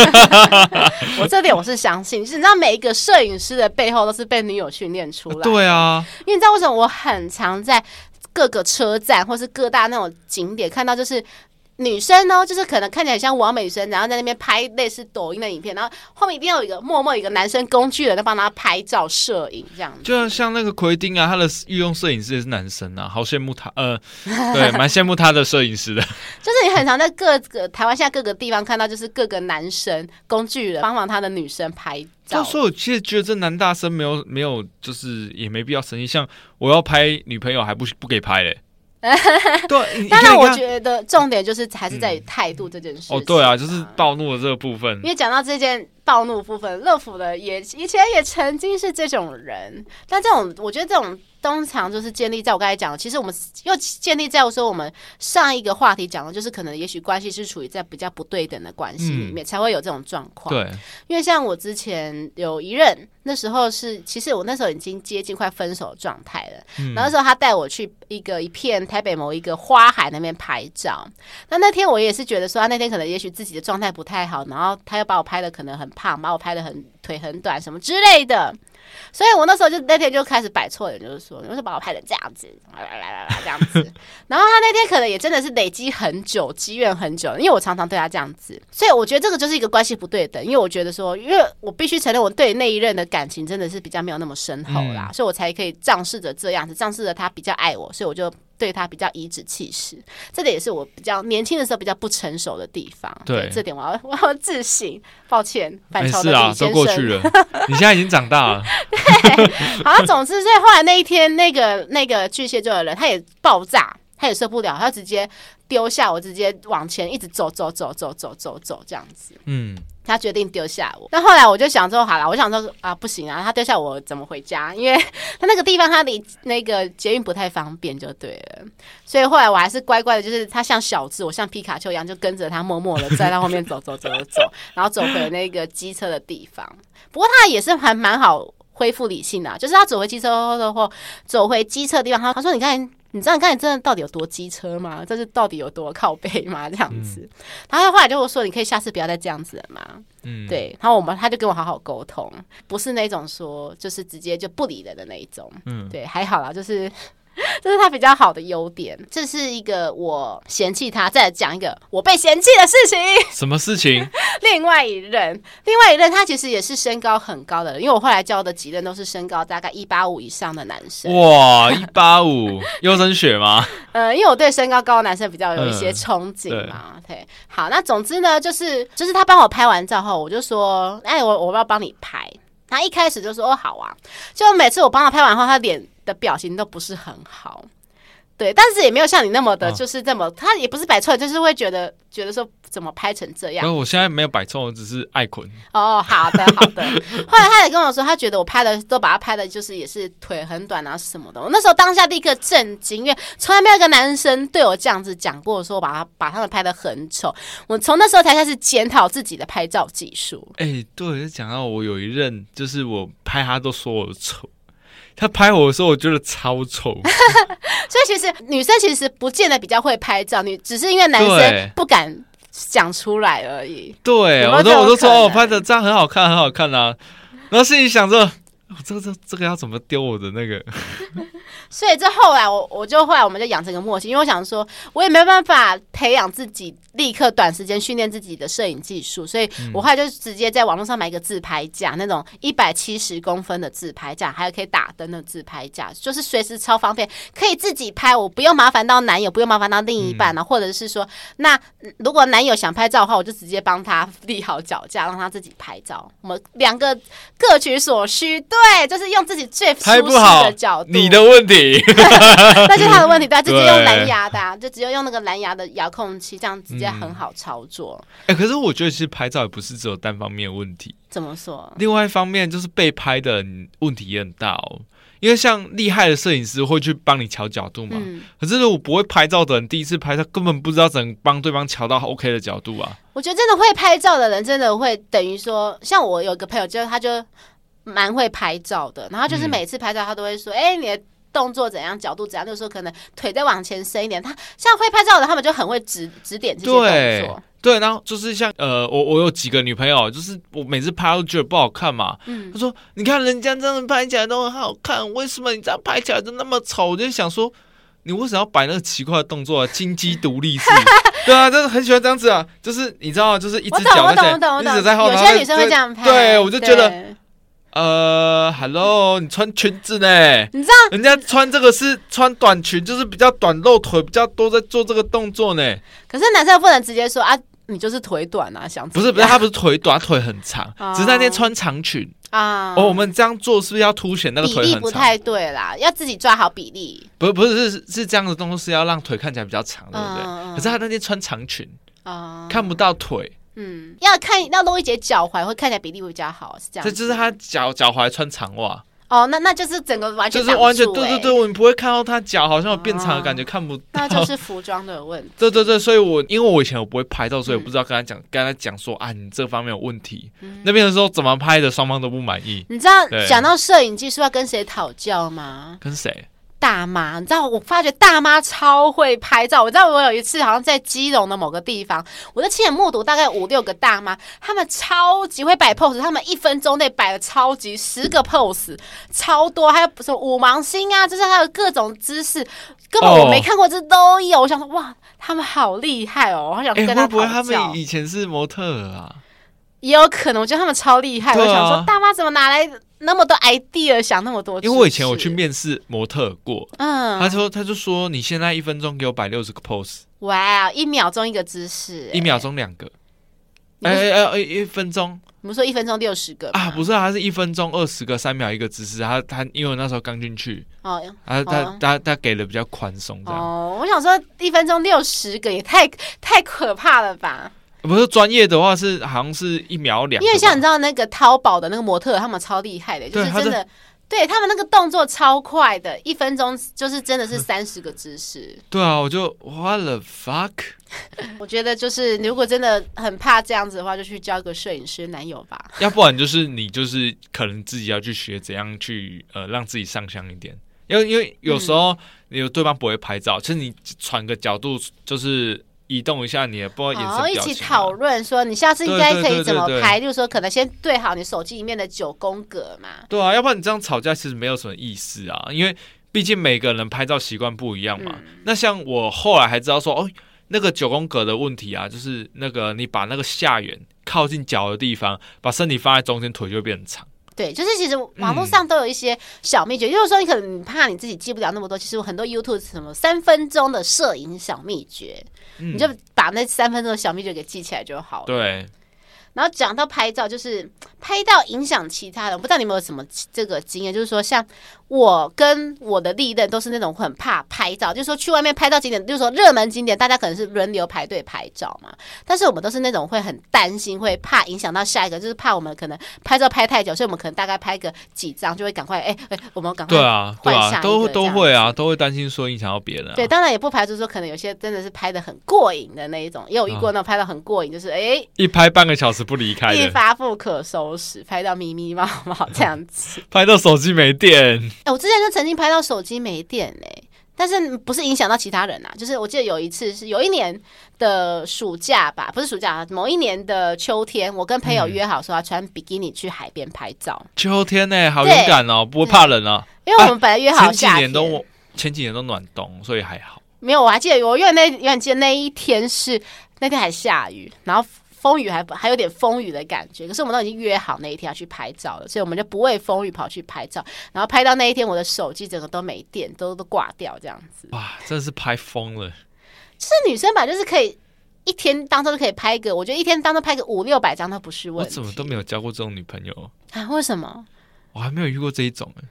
Speaker 1: 我这点我是相信，就是你知道每一个摄影师的背后都是被女友训练出来的，
Speaker 2: 对啊，
Speaker 1: 因为你知道为什么我很常在各个车站或是各大那种景点看到，就是女生呢，就是可能看起来像完美女生，然后在那边拍类似抖音的影片，然后后面一定要有一个默默有一个男生工具人在帮他拍照摄影这样子。
Speaker 2: 就像那个奎丁啊，他的御用摄影师也是男生啊，好羡慕他，呃， 对，蛮羡慕他的摄影师的。
Speaker 1: 就是你很常在各个台湾现在各个地方看到，就是各个男生工具人帮忙他的女生拍
Speaker 2: 到
Speaker 1: 照。
Speaker 2: 时候我其实觉得这男大生没有没有，就是也没必要生气。像我要拍女朋友还不不给 拍嘞，对，你
Speaker 1: 当然，
Speaker 2: 你
Speaker 1: 我
Speaker 2: 看嗯
Speaker 1: 觉得重点就是还是在于态度这件事情、
Speaker 2: 哦，对啊，就是暴怒的这个部分
Speaker 1: 因，为讲到这件暴怒部分，乐福的也以前也曾经是这种人，但这种我觉得这种通常就是建立在我刚才讲的，其实我们又建立在我说我们上一个话题讲的，就是可能也许关系是处于在比较不对等的关系里面、才会有这种状况。，
Speaker 2: 嗯对，
Speaker 1: 因为像我之前有一任，那时候是其实我那时候已经接近快分手的状态了，然后那时候他带我去一个一片台北某一个花海那边拍照。那那天我也是觉得说，啊他那天可能也许自己的状态不太好，然后他又把我拍的可能很胖，把我拍的很腿很短什么之类的。所以我那时候就那天就开始摆错脸，就是说，你为什么把我拍成这样子，啦啦啦啦啦这样子。 然后他那天可能也真的是累积很久，积怨很久，因为我常常对他这样子，所以我觉得这个就是一个关系不对等。因为我觉得说，因为我必须承认，我对那一任的感情真的是比较没有那么深厚啦，所以我才可以仗势着这样子，仗势着他比较爱我，所以我就对他比较颐指气使。这点也是我比较年轻的时候比较不成熟的地方。
Speaker 2: 对
Speaker 1: 这点我要 我要自省，抱歉，反
Speaker 2: 没
Speaker 1: 超
Speaker 2: 事
Speaker 1: 的
Speaker 2: 啊
Speaker 1: 李，先
Speaker 2: 都
Speaker 1: 生。
Speaker 2: 过去了，你现在已经长大了，
Speaker 1: 好，总之，所以后来那一天，那个那个巨蟹座的人，他也爆炸，他也受不了，他直接丢下我，直接往前一直走走走走走走走这样子。
Speaker 2: 嗯，
Speaker 1: 他决定丢下我，那后来我就想说，好了，我想说啊，不行啊，他丢下我怎么回家？因为 他那个地方他离那个捷运不太方便，就对了。所以后来我还是乖乖的，就是他像小智，我像皮卡丘一样，就跟着他默默的在他后面走走走走走，然后走回那个机车的地方。不过他也是还蛮好恢复理性的、啊，就是他走回机车后的后，走回机车的地方，他他说你看。你知道你看你真的到底有多机车吗？这是到底有多靠背吗？这样子，然后他后来就会说：“你可以下次不要再这样子了嘛。”
Speaker 2: 嗯
Speaker 1: 对。然后我们他就跟我好好沟通，不是那种说就是直接就不理人的那一种。嗯，对，还好啦，就是 这是他比较好的优点。这是一个我嫌弃他，再来讲一个我被嫌弃的事情。
Speaker 2: 什么事情？
Speaker 1: 另外一任，另外一任他其实也是身高很高的人，因为我后来教的几任都是身高大概一八五以上的男生。
Speaker 2: 哇，一八五，优生学吗？
Speaker 1: 呃，因为我对身高高的男生比较有一些憧憬
Speaker 2: 对
Speaker 1: 嘛，对。好，那总之呢，就是就是他帮我拍完照后，我就说，哎，我我要帮你拍。他一开始就说哦好啊，就每次我帮他拍完后，他脸的表情都不是很好。对，但是也没有像你那么的，
Speaker 2: 哦
Speaker 1: 就是这么，他也不是摆错，就是会觉得觉得说怎么拍成这样
Speaker 2: 可。是我现在没有摆错，我只是爱捆。
Speaker 1: 哦，好的好的。后来他也跟我说，他觉得我拍的都把他拍的，就是也是腿很短啊什么的。我那时候当下立刻震惊，因为从来没有一个男生对我这样子讲过，说把他把他们拍的很丑。我从那时候才开始检讨自己的拍照技术。
Speaker 2: 哎、对，就讲到我有一任，就是我拍他都说我丑，他拍我的时候我觉得超 丑。
Speaker 1: 所以其实女生其实不见得比较会拍照，你只是因为男
Speaker 2: 对
Speaker 1: 生不敢讲出来而已。
Speaker 2: 对，
Speaker 1: 有没有
Speaker 2: 我都我都
Speaker 1: 这种可
Speaker 2: 说
Speaker 1: 能
Speaker 2: 哦我拍的这样很好看，很好看啊。然后心里想着，我这这这个要怎么丢我的那个？
Speaker 1: 所以这后来我我就后来我们就养成个默契，因为我想说，我也没办法培养自己立刻短时间训练自己的摄影技
Speaker 2: 嗯
Speaker 1: 术，所以我后来就直接在网络上买一个自拍架，那种一百七十公分的自拍架，还有可以打灯的自拍架，就是随时超方便，可以自己拍，我不用麻烦到男友，不用麻烦到另一半啊，
Speaker 2: 嗯
Speaker 1: 或者是说，那嗯如果男友想拍照的话，我就直接帮他立好脚架，让他自己拍照，我们两个各取所需，对，就是用自己最舒
Speaker 2: 拍
Speaker 1: 适
Speaker 2: 不好
Speaker 1: 的角度，
Speaker 2: 你的问题。
Speaker 1: 那就是他的问题，对啊，就
Speaker 2: 对
Speaker 1: 直接用蓝牙的、啊，就直接用那个蓝牙的遥控器，这样直接很好操作。
Speaker 2: 哎、可是我觉得其实拍照也不是只有单方面的问题，
Speaker 1: 怎么说？
Speaker 2: 另外一方面就是被拍的人问题也很大哦。因为像厉害的摄影师会去帮你调角度嘛，
Speaker 1: 嗯，
Speaker 2: 可是如果不会拍照的人，第一次拍他根本不知道怎么帮对方调到 OK 的角度啊。
Speaker 1: 我觉得真的会拍照的人，真的会等于说，像我有一个朋友，就是他就蛮会拍照的，然后就是
Speaker 2: 嗯
Speaker 1: 每次拍照，他都会说：“哎、你的。”动作怎样，角度怎样，就是说可能腿再往前伸一点。他像会拍照的，他们就很会指指点这些
Speaker 2: 对
Speaker 1: 动作。
Speaker 2: 对，然后就是像呃，我我有几个女朋友，就是我每次拍都觉得不好看嘛。
Speaker 1: 嗯
Speaker 2: 她说：“你看人家这样拍起来都很好看，为什么你这样拍起来就那么丑？”我就想说，你为什么要摆那个奇怪的动作啊？金鸡独 立式。对啊，就是很喜欢这样子啊，就是你知道啊，就是一
Speaker 1: 我
Speaker 2: 只
Speaker 1: 懂，
Speaker 2: 脚
Speaker 1: 我
Speaker 2: 在
Speaker 1: 懂，
Speaker 2: 前
Speaker 1: 我懂，我
Speaker 2: 一只脚在后
Speaker 1: 懂。
Speaker 2: 面，
Speaker 1: 有
Speaker 2: 然
Speaker 1: 些
Speaker 2: 后
Speaker 1: 女生会
Speaker 2: 在
Speaker 1: 这样拍，
Speaker 2: 对我就觉得
Speaker 1: 对
Speaker 2: 呃，Hello，你穿裙子呢？
Speaker 1: 你知道，
Speaker 2: 人家穿这个是穿短裙，就是比较短露腿比较多，在做这个动作呢。
Speaker 1: 可是男生不能直接说啊，你就是腿短啊，想怎
Speaker 2: 不是不是，
Speaker 1: 样
Speaker 2: 她不是腿短，她腿很长
Speaker 1: 哦，
Speaker 2: 只是那天穿长裙。
Speaker 1: 啊。
Speaker 2: 哦，我们这样做是不是要凸显那个
Speaker 1: 比
Speaker 2: 腿
Speaker 1: 例
Speaker 2: 很
Speaker 1: 不
Speaker 2: 长？
Speaker 1: 太对啦，要自己抓好比例。
Speaker 2: 不不是是是这样的动作是要让腿看起来比较长，对不对？
Speaker 1: 嗯，
Speaker 2: 可是她那天穿长裙，
Speaker 1: 啊，
Speaker 2: 看不到腿，
Speaker 1: 嗯，要看要露一截脚踝，会看起来比例会比较好，是这样
Speaker 2: 这
Speaker 1: 子。
Speaker 2: 就是她脚脚踝穿长袜，
Speaker 1: 哦，那那就是整个完全
Speaker 2: 就是完全
Speaker 1: 挡住
Speaker 2: 对对
Speaker 1: 欸，哦
Speaker 2: 对，你不会看到她脚好像有变长的感觉，看不
Speaker 1: 那
Speaker 2: 到。
Speaker 1: 就是服装的问题。
Speaker 2: 对对对，所以我因为我以前我不会拍照，所以我
Speaker 1: 嗯
Speaker 2: 不知道跟他讲，跟他讲说啊，你这方面有问题。
Speaker 1: 嗯
Speaker 2: 那边的时候怎么拍的，双方都不满意，
Speaker 1: 你知道
Speaker 2: 对
Speaker 1: 讲到摄影技术要跟谁讨教吗？
Speaker 2: 跟谁？
Speaker 1: 大妈，你知道我发觉大妈超会拍照。我知道我有一次好像在基隆的某个地方，我就亲眼目睹大概五六个大妈，她们超级会摆 pose，她们一分钟内摆了超级十个 pose，超多，还有什么五芒星啊，就是还有各种姿势，根本我没看过，这都有。我想说，哇，她们好厉害哦，我好想
Speaker 2: 哎、
Speaker 1: 跟她
Speaker 2: 会不会
Speaker 1: 讨
Speaker 2: 他
Speaker 1: 教
Speaker 2: 们。以前是模特儿啊？
Speaker 1: 也有可能，我觉得她们超厉害。
Speaker 2: 对啊
Speaker 1: 我想说，大妈怎么拿来那么多 idea，想那么多？
Speaker 2: 因为我以前我去，面试模特儿过，
Speaker 1: 嗯，
Speaker 2: 他说他就说你现在一分钟给我摆六十个 pose，
Speaker 1: 哇，一秒钟一个姿势、
Speaker 2: 一秒钟两个。
Speaker 1: 你
Speaker 2: 哎
Speaker 1: 不是
Speaker 2: 哎哎哎，一分钟
Speaker 1: 你们说一分钟六十个吗
Speaker 2: 啊，不是、啊，他是一分钟二十个，三秒一个姿势。他他因为我那时候刚进去，
Speaker 1: 哦
Speaker 2: 他他
Speaker 1: 哦
Speaker 2: 他他给的比较宽松，这样、
Speaker 1: 哦，我想说一分钟六十个也太太可怕了吧？
Speaker 2: 不是专业的话是好像是一秒两个吧。
Speaker 1: 因为像你知道那个淘宝的那个模特，他们超厉害的，就
Speaker 2: 对
Speaker 1: 是
Speaker 2: 他
Speaker 1: 真的。对他们那个动作超快的，一分钟就是真 的是三十个姿势。
Speaker 2: 对啊，我就 what the fuck。
Speaker 1: 我觉得就是你如果真的很怕这样子的话，就去交个摄影师男友吧。
Speaker 2: 要不然就是你就是可能自己要去学怎样去呃让自己上香一点，因为因为有时
Speaker 1: 嗯
Speaker 2: 候有对方不会拍照，其实你转个角度就是移动一下你的，不知
Speaker 1: 然
Speaker 2: 道哦眼
Speaker 1: 后、
Speaker 2: 神
Speaker 1: 一
Speaker 2: 表
Speaker 1: 起
Speaker 2: 情、啊
Speaker 1: 讨论说你下次应该
Speaker 2: 对
Speaker 1: 可
Speaker 2: 对
Speaker 1: 以
Speaker 2: 对
Speaker 1: 怎么
Speaker 2: 对对
Speaker 1: 拍，就是说可能先对好你手机里面的九宫格嘛。
Speaker 2: 对啊，要不然你这样吵架其实没有什么意思啊，因为。毕竟每个人拍照习惯不一样嘛。
Speaker 1: 嗯
Speaker 2: 那像我后来还知道说，哦，那个九宫格的问题啊，就是那个你把那个下缘靠近脚的地方，把身体放在中间，腿就会变长。
Speaker 1: 对，就是其实网络上都有一些小秘诀，就是说你可能怕你自己记不了那么多，其实有很多 YouTube 什么三分钟的摄影小秘诀，
Speaker 2: 嗯
Speaker 1: 你就把那三分钟的小秘诀给记起来就好了。
Speaker 2: 对，
Speaker 1: 然后讲到拍照，就是拍到影响其他人，我不知道你有没有什么这个经验，就是说像我跟我的历任都是那种很怕拍照，就是说去外面拍照景点，就是说热门景点，大家可能是轮流排队拍照嘛，但是我们都是那种会很担心，会怕影响到下一个，就是怕我们可能拍照拍太久，所以我们可能大概拍个几张就会赶快，哎、哎、我们赶快
Speaker 2: 对啊，对
Speaker 1: 换下
Speaker 2: 啊，
Speaker 1: 一个
Speaker 2: 都
Speaker 1: 这
Speaker 2: 都
Speaker 1: 样
Speaker 2: 会啊，都会担心说影响到别人、啊。
Speaker 1: 对，当然也不排除说，可能有些真的是拍的很过瘾的那一种，也有遇过那种拍到很过瘾，就是哎、
Speaker 2: 一啊拍半个小时不离开
Speaker 1: 一
Speaker 2: 的，
Speaker 1: 发不可收拾，拍到迷迷毛毛这样子。
Speaker 2: 拍到手机没电。
Speaker 1: 哎、我之前就曾经拍到手机没电嘞、但是不是影响到其他人啊？就是我记得有一次是有一年的暑假吧，不是暑假啊，某一年的秋天，我跟朋
Speaker 2: 嗯
Speaker 1: 友约好说要穿比基尼去海边拍照，
Speaker 2: 秋天呢、好勇敢哦，不会怕冷啊。
Speaker 1: 因为我们本嗯来约好
Speaker 2: 前几
Speaker 1: 夏天。
Speaker 2: 年都前几年都暖冬，所以还好。
Speaker 1: 没有，我还记得，我因为那永远记得那一天是那天还下雨，然后风雨还还有点风雨的感觉。可是我们都已经约好那一天要去拍照了，所以我们就不畏风雨跑去拍照。然后拍到那一天，我的手机整个都没电，都都挂掉这样子。
Speaker 2: 哇，真是拍疯了。
Speaker 1: 这女生吧，就是可以一天当中就可以拍个，我觉得一天当中拍个五六百张都不是
Speaker 2: 我
Speaker 1: 问题。
Speaker 2: 哦怎么都没有交过这种女朋友，
Speaker 1: 啊？为什么？
Speaker 2: 我还没有遇过这一种、欸。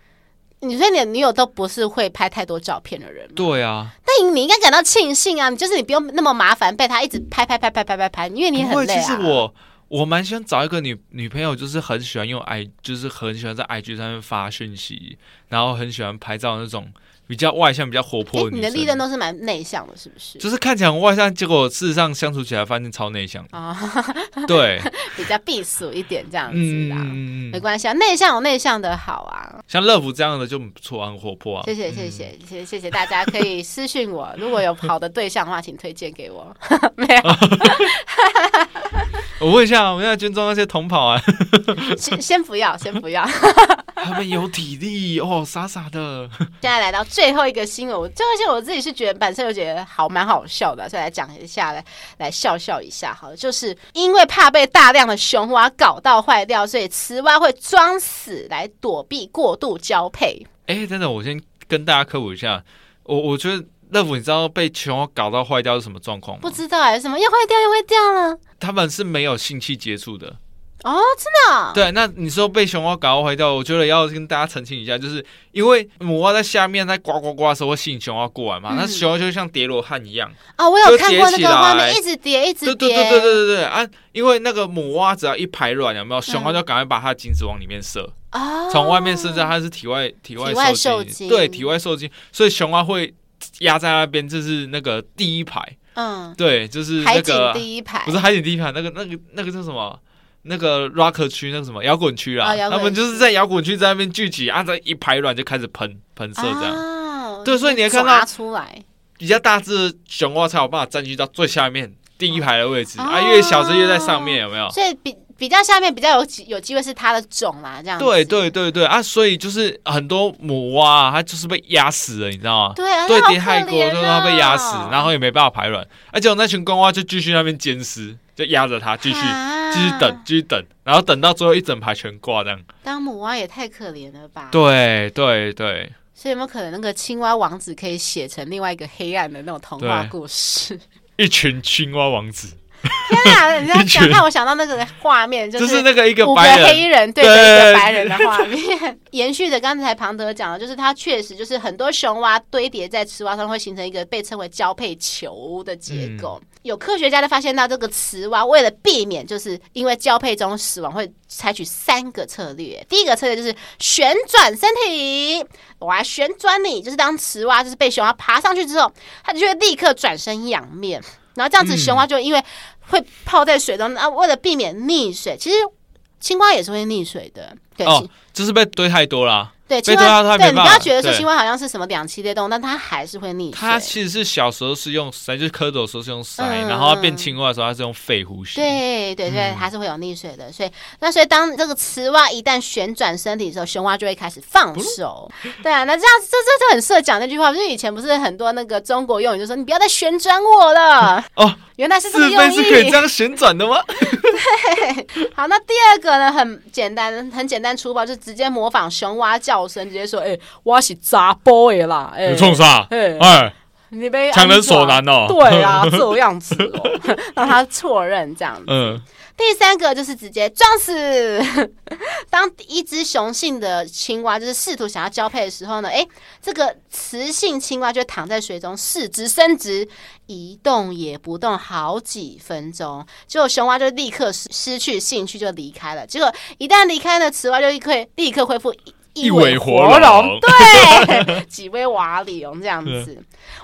Speaker 1: 你说你的女友都不是会拍太多照片的人吗？
Speaker 2: 对啊，
Speaker 1: 但你应该感到庆幸啊！你就是你不用那么麻烦被她一直拍拍拍拍拍拍拍，因为你
Speaker 2: 不
Speaker 1: 很
Speaker 2: 会，
Speaker 1: 累
Speaker 2: 其
Speaker 1: 啊。
Speaker 2: 实我我蛮喜欢找一个女女朋友，就是很喜欢用 i，就是很喜欢在 IG 上面发讯息，然后很喜欢拍照那种比较外向、比较活
Speaker 1: 哎，
Speaker 2: 泼的
Speaker 1: 你
Speaker 2: 女
Speaker 1: 的
Speaker 2: 生。
Speaker 1: 历任都是蛮 内向的，是不是？。
Speaker 2: 就是看起来很外向，结果事实上相处起来发现超内向
Speaker 1: 啊、
Speaker 2: 对，
Speaker 1: 比较避暑一点 这样子啦，
Speaker 2: 嗯，嗯嗯
Speaker 1: 没
Speaker 2: 嗯
Speaker 1: 关系啊，内向有内向的好啊。
Speaker 2: 像乐福这样的就很不错啊，很活泼啊。
Speaker 1: 谢谢谢谢谢谢谢谢大家，可以私信我，如果有好的对象的话，请推荐给 我。 没有，啊
Speaker 2: 我问一下，我们要军中那些 同跑啊，
Speaker 1: 先先不要，先不要。
Speaker 2: 他们有体力哦，傻傻的。
Speaker 1: 现在来到最后一个新闻，我这个新闻我自己是觉得本身就觉得好蛮好笑的，所以来讲一下，来来笑笑一下好了。就是因为怕被大量的熊蛙搞到坏掉，所以雌蛙会装死来躲避过度交配。
Speaker 2: 哎，等等，我先跟大家科普一下，我我觉得乐福，你知道被熊猫搞到坏掉是什么状况
Speaker 1: 不
Speaker 2: 吗？
Speaker 1: 知道哎、什么又坏掉又坏掉了
Speaker 2: 他们是没有性器接触的。
Speaker 1: 哦，真的哦、
Speaker 2: 对，那你说被熊猫搞到坏掉，我觉得要跟大家澄清一下，就是因为母蛙在下面在呱呱呱的时候会吸引熊猫过来嘛，那
Speaker 1: 嗯
Speaker 2: 熊猫就像叠罗汉一样。
Speaker 1: 哦，我有
Speaker 2: 就
Speaker 1: 看
Speaker 2: 叠
Speaker 1: 过那
Speaker 2: 起
Speaker 1: 个画面，
Speaker 2: 来
Speaker 1: 一直叠，一直
Speaker 2: 对
Speaker 1: 叠。
Speaker 2: 对对对对对对啊！因为那个母蛙只要一排卵，有没有熊猫
Speaker 1: 嗯
Speaker 2: 就赶快把它的精子往里面射，
Speaker 1: 哦，
Speaker 2: 从外面射在它是体外体
Speaker 1: 体外
Speaker 2: 受
Speaker 1: 受精
Speaker 2: 对体外受精，所以熊蛙会压在那边，就是那个第一排，
Speaker 1: 嗯，
Speaker 2: 对，就是
Speaker 1: 海
Speaker 2: 那
Speaker 1: 景
Speaker 2: 个
Speaker 1: 第一排，
Speaker 2: 不是海景第一排，那个那个那个叫什么？那个 rock 区，那个什么摇滚区啦
Speaker 1: 哦，摇滚
Speaker 2: 他
Speaker 1: 区
Speaker 2: 们就是在摇滚区在那边聚集，按照一排卵就开始喷喷射这样，
Speaker 1: 哦
Speaker 2: 对所以你会看
Speaker 1: 抓
Speaker 2: 到
Speaker 1: 出来，
Speaker 2: 比较大只的熊蛙才有办法占据到最下面第一排的位置啊，
Speaker 1: 哦
Speaker 2: 越小只越在上面，有没有？
Speaker 1: 所以比比较下面比较有机有机会是它的种啦，这样子。
Speaker 2: 对对对对啊，所以就是很多母蛙、啊，它就是被压死了，你知道吗？
Speaker 1: 对啊，
Speaker 2: 对
Speaker 1: 好，
Speaker 2: 叠泰
Speaker 1: 可
Speaker 2: 国就是它
Speaker 1: 怜
Speaker 2: 被压死
Speaker 1: 哦，
Speaker 2: 然后也没办法排卵，而且我那群公蛙就继续那边监视，就压着它继续
Speaker 1: 啊
Speaker 2: 继续等，继续等，然后等到最后一整排全挂这样。
Speaker 1: 当母蛙也太可怜了吧？，
Speaker 2: 对对对，
Speaker 1: 所以有没有可能那个青蛙王子可以写成另外一个黑暗的那种童话
Speaker 2: 对
Speaker 1: 故事？
Speaker 2: 一群青蛙王子，
Speaker 1: 天啊，你这样
Speaker 2: 一
Speaker 1: 讲
Speaker 2: 群
Speaker 1: 让我想到那个画 面，
Speaker 2: 就是是那个一个
Speaker 1: 五个
Speaker 2: 白人。
Speaker 1: 黑人对着一个
Speaker 2: 对
Speaker 1: 白人的画面，延续着刚才庞德讲的，就是它确实就是很多雄蛙堆叠在雌蛙上会形成一个被称为交配球的结构。
Speaker 2: 嗯
Speaker 1: 有科学家就发现到，这个雌蛙为了避免就是因为交配中死亡，会采取三个策略。第一个策略就是旋转身体，我来旋转你，就是当雌蛙就是被雄蛙爬上去之后，它就会立刻转身仰面，然后这样子
Speaker 2: 嗯
Speaker 1: 雄蛙就因为会泡在水中，那、为了避免溺水，其实青蛙也是会溺水的，对、
Speaker 2: 哦哦，就是被堆太多了啊，
Speaker 1: 对，
Speaker 2: 被
Speaker 1: 青
Speaker 2: 推
Speaker 1: 蛙，
Speaker 2: 到他
Speaker 1: 对
Speaker 2: 没
Speaker 1: 你
Speaker 2: 办
Speaker 1: 不
Speaker 2: 法
Speaker 1: 要觉得说
Speaker 2: 对
Speaker 1: 青蛙好像是什么两栖类动物，但它还是会溺
Speaker 2: 它
Speaker 1: 水。
Speaker 2: 其实是小时候是用鳃，就是蝌蚪的时候是用鳃，
Speaker 1: 嗯
Speaker 2: 然后它变青蛙的时候它是用肺呼吸。
Speaker 1: 对对对，
Speaker 2: 嗯
Speaker 1: 还是会有溺水的，所以那所以当这个雌蛙一旦旋转身体的时候，雄蛙就会开始放手。对啊，那这样这这这很适合讲那句话，就是以前不是很多那个中国用语就说你不要再旋转我了，
Speaker 2: 哦，
Speaker 1: 原来是这个
Speaker 2: 是
Speaker 1: 用
Speaker 2: 非
Speaker 1: 意。
Speaker 2: 是可以这样旋转的吗？
Speaker 1: 好，那第二个呢，很简单，很简单粗暴，就直接模仿雄蛙叫声，直接说：“哎、我是杂波的啦，哎、
Speaker 2: 啥？
Speaker 1: 哎
Speaker 2: 哎，
Speaker 1: 你被
Speaker 2: 强人所难哦
Speaker 1: 对啊，这样子哦，让他错认这样子。
Speaker 2: 嗯，
Speaker 1: 第三个就是直接撞死。 当一只雄性的青蛙就是试图想要交配的时候呢，哎、这个雌性青蛙就会躺在水中，四肢伸直，一动也不动好几分钟。结果雄蛙就立刻失失去兴趣，就离开了。结果一旦离开呢，雌蛙就立刻立刻恢复一。
Speaker 2: 一尾活
Speaker 1: 龙，
Speaker 2: 龙嗯
Speaker 1: 对，几位瓦里龙这样子，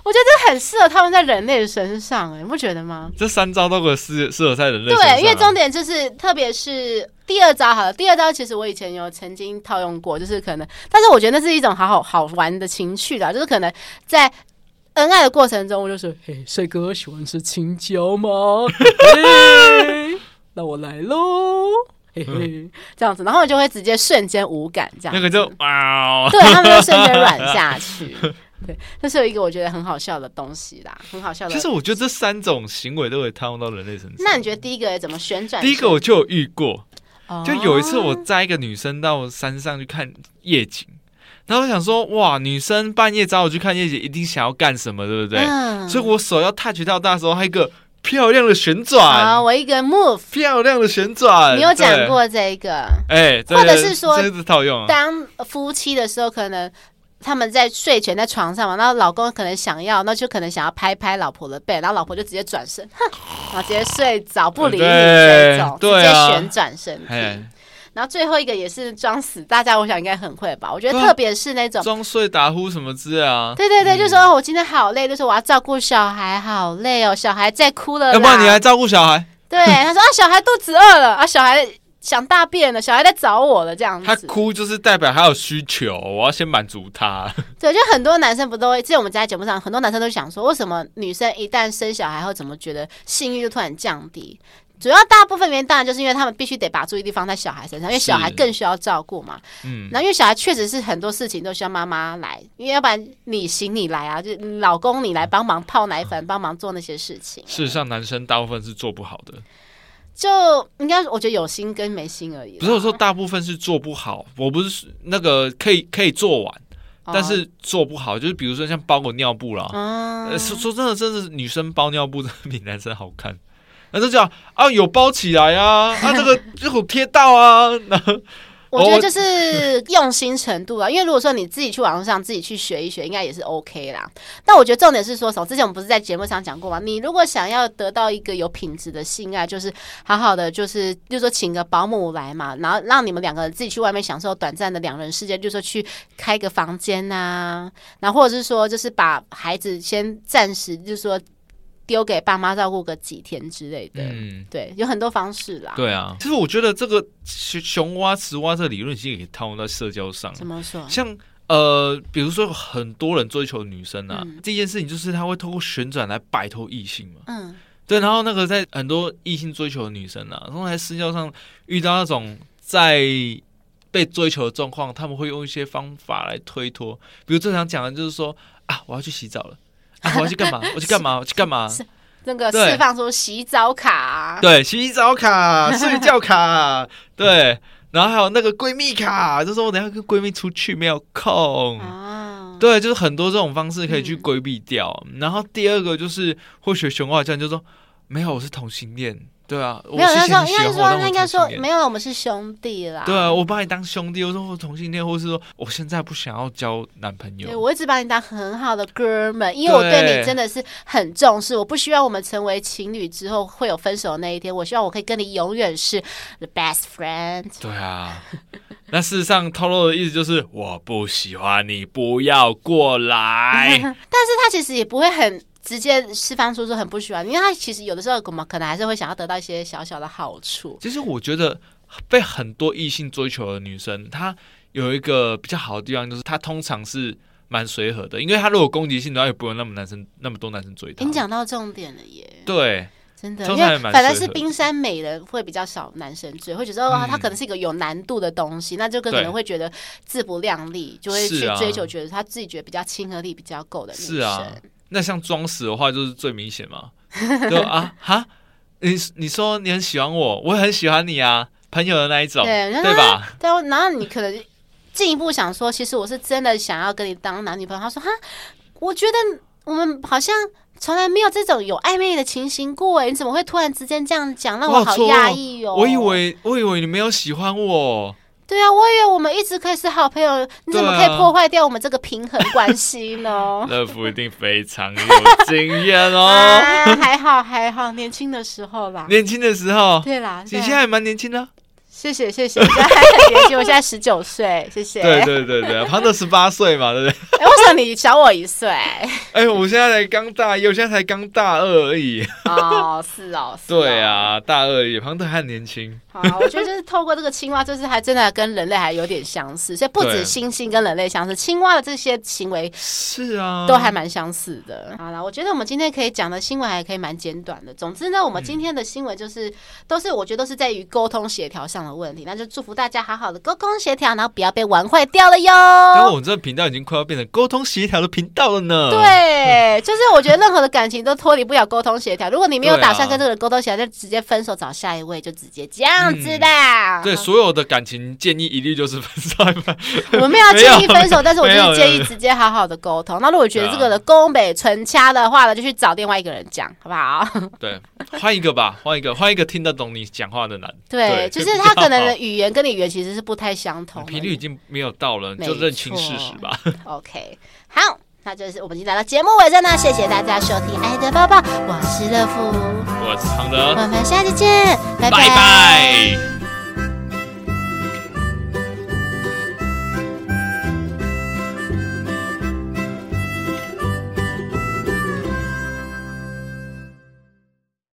Speaker 1: 我觉得这很适合他们在人类的身上、哎，你不觉得吗？
Speaker 2: 这三招都可以适适合在人类身上啊。
Speaker 1: 对，因为重点就是，特别是第二招好了，第二招其实我以前有曾经套用过，就是可能，但是我觉得那是一种好好好玩的情趣啦，就是可能在。恩爱的过程中，我就说：“嘿，帅哥喜欢吃青椒吗？嘿那我来喽，嘿嘿，这样子，然后我就会直接瞬间无感，这样
Speaker 2: 那个就哇哦，
Speaker 1: 对他们就瞬间软下 去。对，这是有一个我觉得很好笑的东西啦，很好笑的
Speaker 2: 其。实我觉得这三种行为都可以套用到人类身上。
Speaker 1: 那你觉得第一个怎么旋转？
Speaker 2: 第一个我就有遇过，
Speaker 1: 哦
Speaker 2: 就有一次我载一个女生到山上去看夜景，然后我想说，哇，女生半夜找我去看夜景，一定想要干什么，对不对？
Speaker 1: 嗯
Speaker 2: 所以我手要 touch 到大的时候，还有一个漂亮的旋
Speaker 1: 啊，
Speaker 2: 转，
Speaker 1: 我一个 move，
Speaker 2: 漂亮的旋转，
Speaker 1: 你有讲
Speaker 2: 对？
Speaker 1: 过这个？
Speaker 2: 哎，对
Speaker 1: 或者是说
Speaker 2: 这是套用啊，
Speaker 1: 当夫妻的时候，可能他们在睡前在床上嘛，然后老公可能想要，那就可能想要拍拍老婆的背，然后老婆就直接转身，哼，然后直接睡着不理你这
Speaker 2: 对
Speaker 1: 种，直
Speaker 2: 对
Speaker 1: 接
Speaker 2: 啊
Speaker 1: 旋转身体。
Speaker 2: 哎，
Speaker 1: 然后最后一个也是装死，大家我想应该很会吧？我觉得
Speaker 2: 对啊
Speaker 1: 特别是那种。
Speaker 2: 装睡打呼什么之类啊，
Speaker 1: 对对对，就说哦我今天好累，就说我要照顾小孩，好累哦，小孩在哭了啦。
Speaker 2: 要不然你还照顾小孩，
Speaker 1: 对，他说啊，小孩肚子饿了啊，小孩想大便了，小孩在找我了，这样子。
Speaker 2: 他哭就是代表他有需求，我要先满足他。
Speaker 1: 对，就很多男生不都会，之前我们在节目上，很多男生都想说，为什么女生一旦生小孩后，怎么觉得性欲就突然降低？主要大部分原因当然就是因为他们必须得把注意力放在小孩身上，因为小孩
Speaker 2: 是
Speaker 1: 更需要照顾嘛。
Speaker 2: 嗯，
Speaker 1: 然后因为小孩确实是很多事情都需要妈妈来，因为要不然你行你来啊，就老公你来帮忙泡奶粉，帮忙做那些事情。
Speaker 2: 事实上，男生大部分是做不好的，
Speaker 1: 啊就应该我觉得有心跟没心而已啦。
Speaker 2: 不是我说大部分是做不好，我不是那个可以可以做完，
Speaker 1: 哦，
Speaker 2: 但是做不好，就是比如说像包个尿布啦，
Speaker 1: 嗯
Speaker 2: 呃，说说真的，真的是女生包尿布真的比男生好看。那就讲啊，有包起来啊，啊这个这有贴到啊，然后
Speaker 1: 我
Speaker 2: 哦
Speaker 1: 觉得就是用心程度啊，因为如果说你自己去网络上自己去学一学，应该也是 OK 啦。但我觉得重点是说什么？之前我们不是在节目上讲过吗？你如果想要得到一个有品质的性爱，就是好好的，就是就说请个保姆来嘛，然后让你们两个人自己去外面享受短暂的两人世界，就说去开个房间呐、然后或者是说就是把孩子先暂时就是说丢给爸妈照顾个几天之类的。
Speaker 2: 嗯，
Speaker 1: 对，嗯有很多方式啦。
Speaker 2: 对啊。其实我觉得这个熊熊蛙、雌蛙这个理论其实也可以套用到社交上，啊
Speaker 1: 怎么说？
Speaker 2: 像。呃，比如说有很多人追求女生啊，
Speaker 1: 嗯
Speaker 2: 第一件事情就是他会通过旋转来摆脱异性嘛。
Speaker 1: 嗯，
Speaker 2: 对，然后那个在很多异性追求的女生啊，然后在私交上遇到那种在被追求的状况，他们会用一些方法来推脱，比如最常讲的就是说啊，我要去洗澡了，啊，我要去干 嘛？我去干嘛？我去干嘛？
Speaker 1: 是啊那个
Speaker 2: 对
Speaker 1: 释放出洗澡卡啊、
Speaker 2: 对，洗澡卡、睡 觉卡，对，然后还有那个闺蜜卡，就说我等一下跟闺蜜出去没有空。
Speaker 1: 啊，
Speaker 2: 对，就是很多这种方式可以去
Speaker 1: 嗯
Speaker 2: 规避掉。然后第二个就是会学熊话这样，就说没有，我是同性恋。对啊，我
Speaker 1: 没有，
Speaker 2: 之
Speaker 1: 他说
Speaker 2: 前喜
Speaker 1: 应该
Speaker 2: 欢
Speaker 1: 说
Speaker 2: 我，但
Speaker 1: 他
Speaker 2: 我
Speaker 1: 应该
Speaker 2: 是同
Speaker 1: 说
Speaker 2: 性恋
Speaker 1: 没有，我们是兄弟啦。
Speaker 2: 对啊，我把你当兄弟，我说我同性恋，或是说我现在不想要交男朋
Speaker 1: 对，
Speaker 2: 友。
Speaker 1: 我一直把你当很好的哥们，因为我对你
Speaker 2: 对
Speaker 1: 真的是很重视。我不希望我们成为情侣之后会有分手的那一天，我希望我可以跟你永远是 the best friend。
Speaker 2: 对啊，那事实上透露的意思就是我不喜欢你，不要过来。
Speaker 1: 但是他其实也不会很直接释放出说很不喜欢，因为他其实有的时候我们可能还是会想要得到一些小小的好处。
Speaker 2: 其实我觉得被很多异性追求的女生，她有一个比较好的地方，就是他通常是蛮随和的，因为他如果攻击性的话，也不会那么男生那么多男生追他。
Speaker 1: 你讲到重点了耶，
Speaker 2: 对，
Speaker 1: 真的，
Speaker 2: 通
Speaker 1: 因
Speaker 2: 常
Speaker 1: 为
Speaker 2: 还蛮
Speaker 1: 反正
Speaker 2: 随
Speaker 1: 是
Speaker 2: 和的
Speaker 1: 冰山美人会比较少男生追，会觉得哦，
Speaker 2: 嗯
Speaker 1: 他可能是一个有难度的东西，那就可
Speaker 2: 对
Speaker 1: 能会觉得自不量力，就会
Speaker 2: 是
Speaker 1: 去
Speaker 2: 啊
Speaker 1: 追求觉得他自己觉得比较亲和力比较够的女生。
Speaker 2: 是啊，那像装死的话，就是最明显嘛，就啊哈，你你说你很喜欢我，我也很喜欢你啊，朋友的那一种，
Speaker 1: 对然后
Speaker 2: 对吧？
Speaker 1: 对啊，然后你可能进一步想说，其实我是真的想要跟你当男女朋友。他说哈，我觉得我们好像从来没有这种有暧昧的情形过哎，你怎么会突然之间这样讲，让
Speaker 2: 我
Speaker 1: 我
Speaker 2: 有
Speaker 1: 好
Speaker 2: 错
Speaker 1: 压
Speaker 2: 愕
Speaker 1: 抑哦。
Speaker 2: 我以为我以为你没有喜欢我，
Speaker 1: 对啊，我以为我们一直可以是好朋友，你怎么可
Speaker 2: 对啊哦
Speaker 1: 以破坏掉我们这个平衡关系 呢？
Speaker 2: 乐福一定非常有经验 哦，
Speaker 1: 啊，还好还好，年轻的时候啦。
Speaker 2: 年轻的时候，
Speaker 1: 对啊啦，
Speaker 2: 你
Speaker 1: 对啦
Speaker 2: 现在还蛮年轻的啊，
Speaker 1: 谢谢谢谢，现在很年轻，我现在十九岁，谢谢。
Speaker 2: 对对对对，胖到十八岁嘛，对不对？
Speaker 1: 哎，为什么你小我一 岁？
Speaker 2: 哎，我现在才刚大一，我现在才刚大二而已，
Speaker 1: 哦，是哦，是哦
Speaker 2: 对。啊，大二而已，胖到还很年轻，
Speaker 1: 好，我觉得就是透过这个青蛙，就是还真的跟人类还有点相似，所以不
Speaker 2: 对
Speaker 1: 止猩猩跟人类相似，青蛙的这些行为
Speaker 2: 是啊，
Speaker 1: 都还蛮相似的。嗯好了，我觉得我们今天可以讲的新闻还可以蛮简短的。总之呢，我们今天的新闻就是、都是我觉得都是在于沟通协调上的问题，那就祝福大家好好的沟通协调，然后不要被玩坏掉了
Speaker 2: 因为
Speaker 1: 哟。
Speaker 2: 我们这个频道已经快要变成沟通协调的频道了呢。， 嗯
Speaker 1: 对，就是我觉得任何的感情都脱离不了沟通协调。如果你没有
Speaker 2: 对啊
Speaker 1: 打算跟这个人沟通协调，就直接分手找下一位，就直接这样子的。
Speaker 2: 对，所有的感情建议一律就是分手吧。
Speaker 1: 我没有要建议分手，但是我就
Speaker 2: 没有
Speaker 1: 是建
Speaker 2: 没
Speaker 1: 议
Speaker 2: 有
Speaker 1: 直接好好的沟通。那如果觉得
Speaker 2: 对啊
Speaker 1: 这个人宫北纯掐的话呢，就去找另外一个人讲，好不好？
Speaker 2: 对，换一个吧，换一个，换一个听得懂你讲话的男。
Speaker 1: 对，
Speaker 2: 对
Speaker 1: 就是
Speaker 2: 会比
Speaker 1: 他
Speaker 2: 较
Speaker 1: 可能
Speaker 2: 好
Speaker 1: 的语言跟你语言其实是不太相同的
Speaker 2: 频率已经没有到了，
Speaker 1: 没
Speaker 2: 就认清事实吧。
Speaker 1: OK，好，那就是我们已经来到节目尾声了，谢谢大家收听《爱的抱抱》，我是乐福，
Speaker 2: 我是常
Speaker 1: 我
Speaker 2: 德，
Speaker 1: 们下期见，拜
Speaker 2: 呃拜拜。